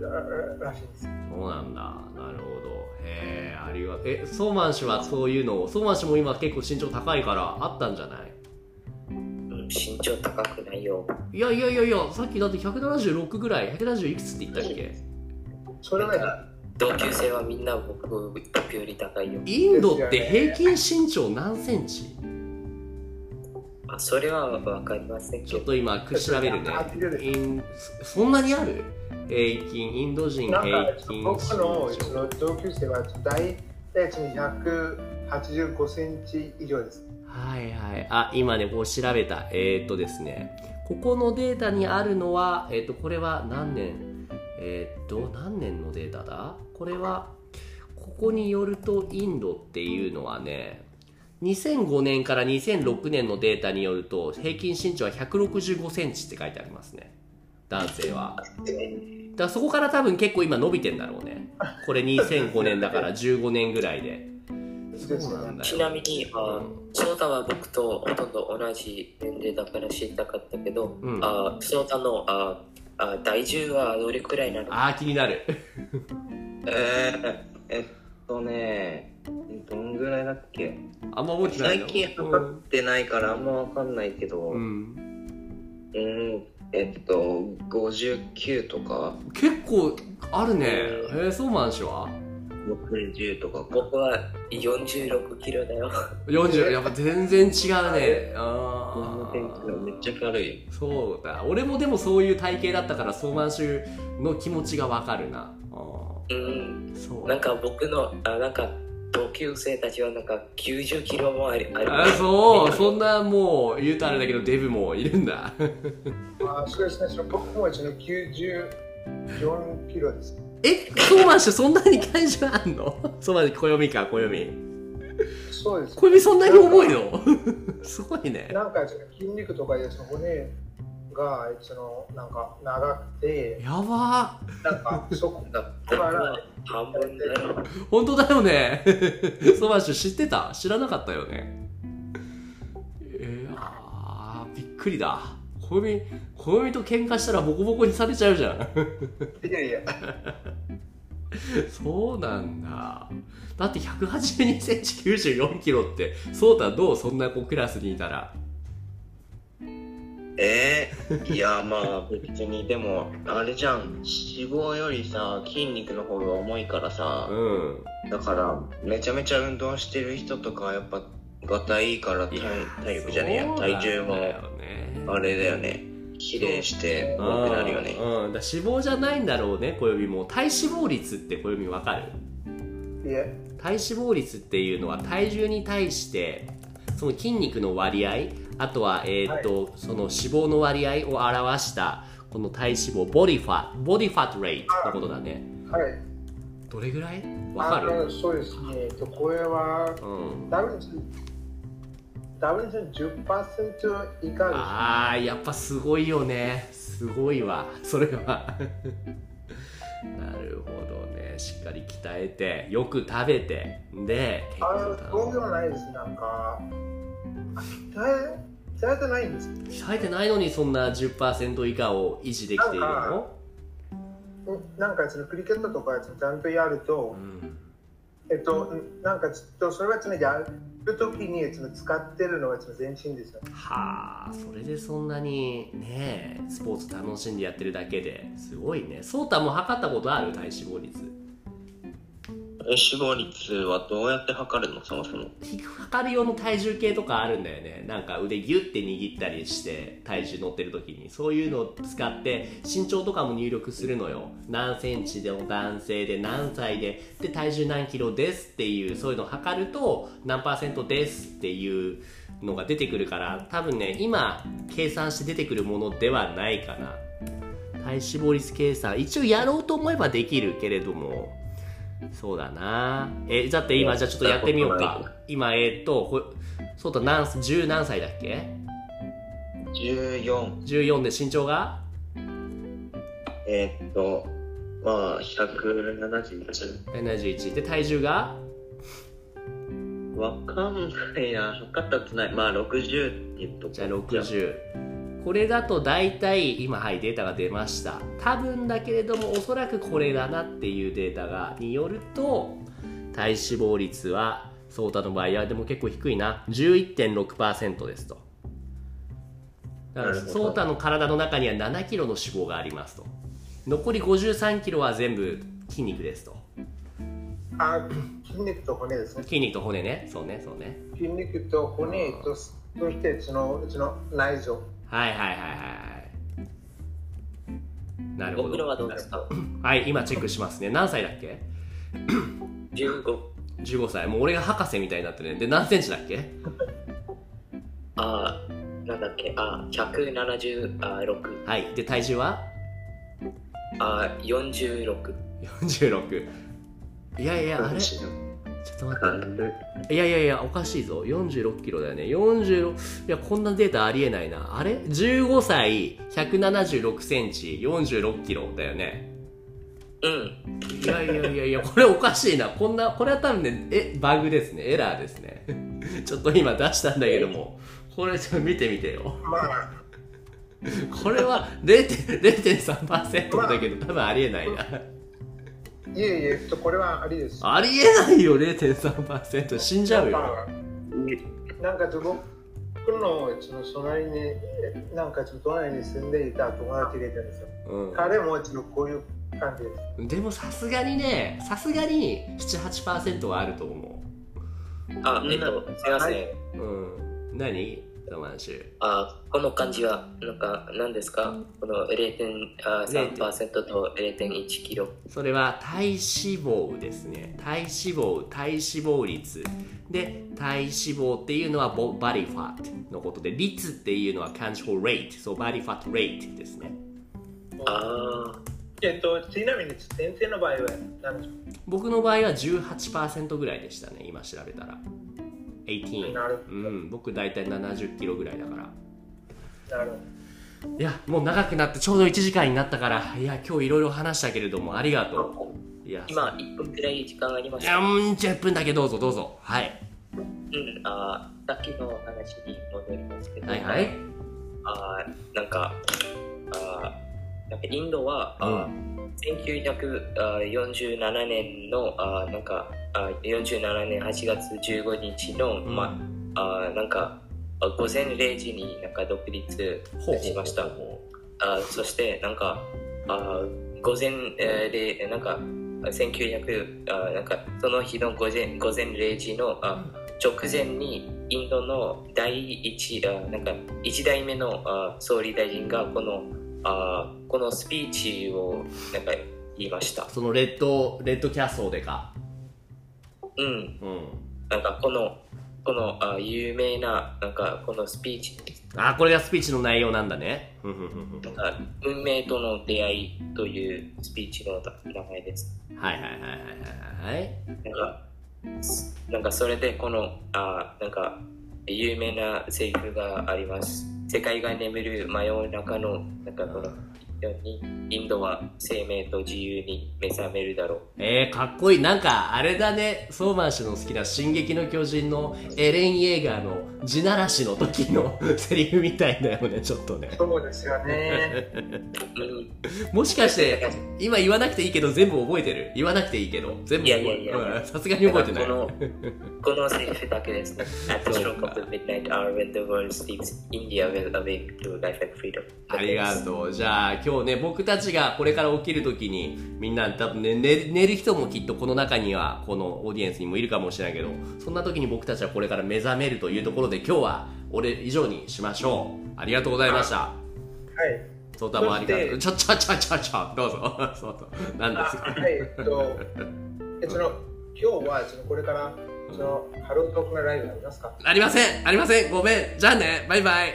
C: らららしいです
A: そうなんだなるほどへえありがとうえソーマン氏はそういうのをソーマン氏も今結構身長高いからあったんじゃない
B: うん、身長高くないよ。
A: いやいやいやいやさっきだって176ぐらい170いくつって言ったっけ
C: それは
B: 同級生はみんな僕僕より高いよ。
A: インドって平均身長何センチ
B: あそれはわかりません
A: ち
B: け
A: ょっ
B: ど。
A: と今調べるねインそんなにある平均インド人
C: な
A: 平
C: ん
A: 均
C: か
A: 身
C: 僕のそ
A: 長
C: の同級生は大体その185センチ以上です
A: はいはいあ今ねこう調べたえーっとですねここのデータにあるのはえーっとこれは何年えーっと何年のデータだこれはここによるとインドっていうのはね2005年から2006年のデータによると平均身長は165センチって書いてありますね男性はだからそこから多分結構今伸びてんだろうねこれ2005年だから15年ぐらいでそうなんだ
B: ちな
A: よ
B: みに、あソータは僕とほとんど同じ年齢だから知りたかったけど、
A: うん
B: あソータのああ体重はどれくらいなの
A: ああ気になる
D: えー、えっとねどんぐらいだっけ
A: あんま覚えてない
D: 最
A: の
D: 近測ってないからあんまわかんないけど
A: う
D: うん、
A: ん、
D: えっと59とか
A: 結構あるねえー、そうマン氏は
D: 60とかか
B: 僕は46キロだよ。
A: 40やっぱ全然違うねああ
D: めっちゃ軽い
A: そうだ俺もでもそういう体型だったからソーマン氏の気持ちがわかるなあー
B: うん、
A: そう
B: なんか僕のあなんか同級生たちはなんか90キロもありあり
A: あそうそんなもう言うとあれだけどデブもいるんだ
C: あそうですねその僕もその94キロです
A: えソーマン氏そんなに体重あんのソーマン氏暦か暦
C: そうです
A: 暦そんなに重いの すごいね
C: なんかその筋肉とかでその骨がそのなんか長くて
A: やば
C: なんかそこ
D: だ
B: 僕は半分だよ。
A: ー本当だよね ソーマン氏知ってた知らなかったよねえー、あーびっくりだ暦暦と喧嘩したらボコボコにされちゃうじゃん
C: いやいや
A: そうなんだだって1 8 2センチ9 4キロってそうたどうそんな子クラスにいたら
D: えー、いやまあ別にでもあれじゃん脂肪よりさ筋肉の方が重いからさ
A: うん
D: だからめちゃめちゃ運動してる人とかはやっぱがたいいから体体力じゃねえや体重もあれだよね比例して多くなるよね
A: うん、うん、だから脂肪じゃないんだろうね暦も体脂肪率って暦わかる
C: いや
A: 体脂肪率っていうのは体重に対してその筋肉の割合あとは、えーっとその脂肪の割合を表したこの体脂肪ボディファボディファットレイトのことだね
C: はい
A: どれぐらいわか
C: あ
A: る
C: のそうですねえっとこれは
A: うん
C: ダブンスダブンス10%以下です
A: あーやっぱすごいよねすごいわそれは なるほどねしっかり鍛えてよく食べてで健
C: あ
A: 康
C: のそうでもないですなんか鍛え鍛えてないんです
A: 鍛えてないのにそんな10%以下を維持できている
C: なんか
A: の
C: なんかそのクリケットとかちゃんとやる
A: う
C: と、
A: ん
C: えっと、なんかちょっとそれは常にやるときにその使ってるのがその全身ですよ。
A: はあそれでそんなにねえスポーツ楽しんでやってるだけですごいねそうたも測ったことある体脂肪率
D: え死亡率はどうやって測るのそもそも
A: 測る用の体重計とかあるんだよねなんか腕ギュッて握ったりして体重乗ってる時にそういうのを使って身長とかも入力するのよ何センチでも男性で何歳でで体重何キロですっていうそういうのを測ると何パーセントですっていうのが出てくるから多分ね今計算して出てくるものではないかな体脂肪率計算一応やろうと思えばできるけれどもそうだなえだって今じゃあちょっとやってみようか今えーっとほそうだ何10何歳だっけ
D: 14
A: ?14 で身長が
D: えーっとまあ171
A: ?71 で体重が
D: わかんないな測ったことないまあ60って言っとこう
A: じゃあ60これだと大体今はいデータが出ました多分だけれどもおそらくこれだなっていうデータがによると体脂肪率はソータの場合はでも結構低いな11.6%ですとだから
D: なるほど
A: ソータの体の中には7キロの脂肪がありますと残り53キロは全部筋肉ですと
C: あ筋肉と骨ですね。
A: 筋肉と骨ねそうねそうね
C: 筋肉と骨と、そしてそのうちの内臓。
A: はいはいはいはいなるほ
B: 僕らは
A: ど
B: どうですか
A: はい今チェックしますね何歳だっけ
B: ?15
A: 15歳もう俺が博士みたいになってるねで何センチだっけ
B: あーなんだっけあ176
A: はいで体重は
B: あ46
A: 46いやいやあれちょっと待っていやいやいやおかしいぞ46キロだよね46いやこんなデータありえないなあれ15歳176センチ46キロだよね
B: うん
A: いやいやいやいやこれおかしいなこんなこれは多分ねえバグですねエラーですね ちょっと今出したんだけどもこれちょっと見てみてよ
C: まあ、
A: これは0.0 0.3%だけど多分ありえないな
C: いえいえ、ちょっとこれはありです。
A: ありえないよ0.3%死んじゃうよ
C: まあなんかちょっと僕のその隣に、なんかちょっと隣に住んでいた友達がいたんですよ。
A: う
C: 彼もちょっとこういう感じです。
A: ん、でもさすがにねさすがに78%はあると思
B: あえっとすいません、
C: は
A: ううん何ロマンシュ
B: あこの感じはなんか何ですかこの0.3%と0.1キロ
A: それは体脂肪ですね体脂肪体脂肪率で体脂肪っていうのはボバリファットのことで率っていうのは can't rate そうバリファット rate ですね
B: あ
C: えっと、ちなみに先生の場合は何でしょ
A: 僕の場合は18%ぐらいでしたね今調べたら18
C: なる
A: うん僕大体70キロぐらいだから
C: うなるほ
A: いやもう長くなってちょうど1時間になったからいや今日いろいろ話したけれどもありがと
B: あ
A: ういや
B: 今1分くらい時間ありま
A: い
B: し
A: や
B: た
A: うんじゃあ1分だけどうぞどうぞはい
B: うんあさっきの話に戻りますけど、
A: はいはい
B: あーなんかあーなんかインドは、あー1947年のあーなんかあー47年8月15日の、
A: うん
B: まあーなんかあ午前0時になんか独立
A: ほうほうほうほう
B: しましたあーそしてなんかあー午前、えーれいなんか1900あーなんかその日の午前午前0時のあ直前にインドの第一あーなんか一代目のあー総理大臣がこのあーこのスピーチをなんか言いました。
A: そのレッドレッドキャッソーでか
B: うん
A: うん
B: なんかこの、このあ有名な、なんかこのスピーチ、
A: あこれがスピーチの内容なんだねうんうんうん
B: なんか運命との出会いというスピーチの名前です。
A: うんはいはいはいはいはいはい
B: なんか、すなんかそれでこの、あなんか有名なセリフがあります。世界が眠る真夜中の、なんかこの、ようにインドは生命と自由に目覚めるだろう。
A: えー、かっこいいなんかあれだねソーマン氏の好きな「進撃の巨人」のエレン・イェーガーの地ならしの時のセリフみたいだよねちょっとね
C: ど。そうですよね。
B: うん、
A: もしかして今言わなくていいけど全部覚えてる言わなくていいけど全部覚え
B: いやいやいや
A: うんさすがに覚えてない
B: この、このセリフだけですね。At the stroke of the midnight hour when the world sleeps, India will awake to life and freedom.
A: ありがとうじゃあ今日今日ね、僕たちがこれから起きるときに、みんな多分ね寝る、寝る人もきっとこの中には、このオーディエンスにもいるかもしれないけど、そんな時に僕たちはこれから目覚めるというところで、今日は俺以上にしましょう。ありがとうございました。
C: はい。
A: そうたもありがとう。ちょ
C: そ
A: ちょちょちょちょ、どうぞ。そうそう。なんですか。
C: はい、えっと、えその今日はそのこれからそのハロートークのライブありますか
A: ありませんありませんごめんじゃあねバイバイ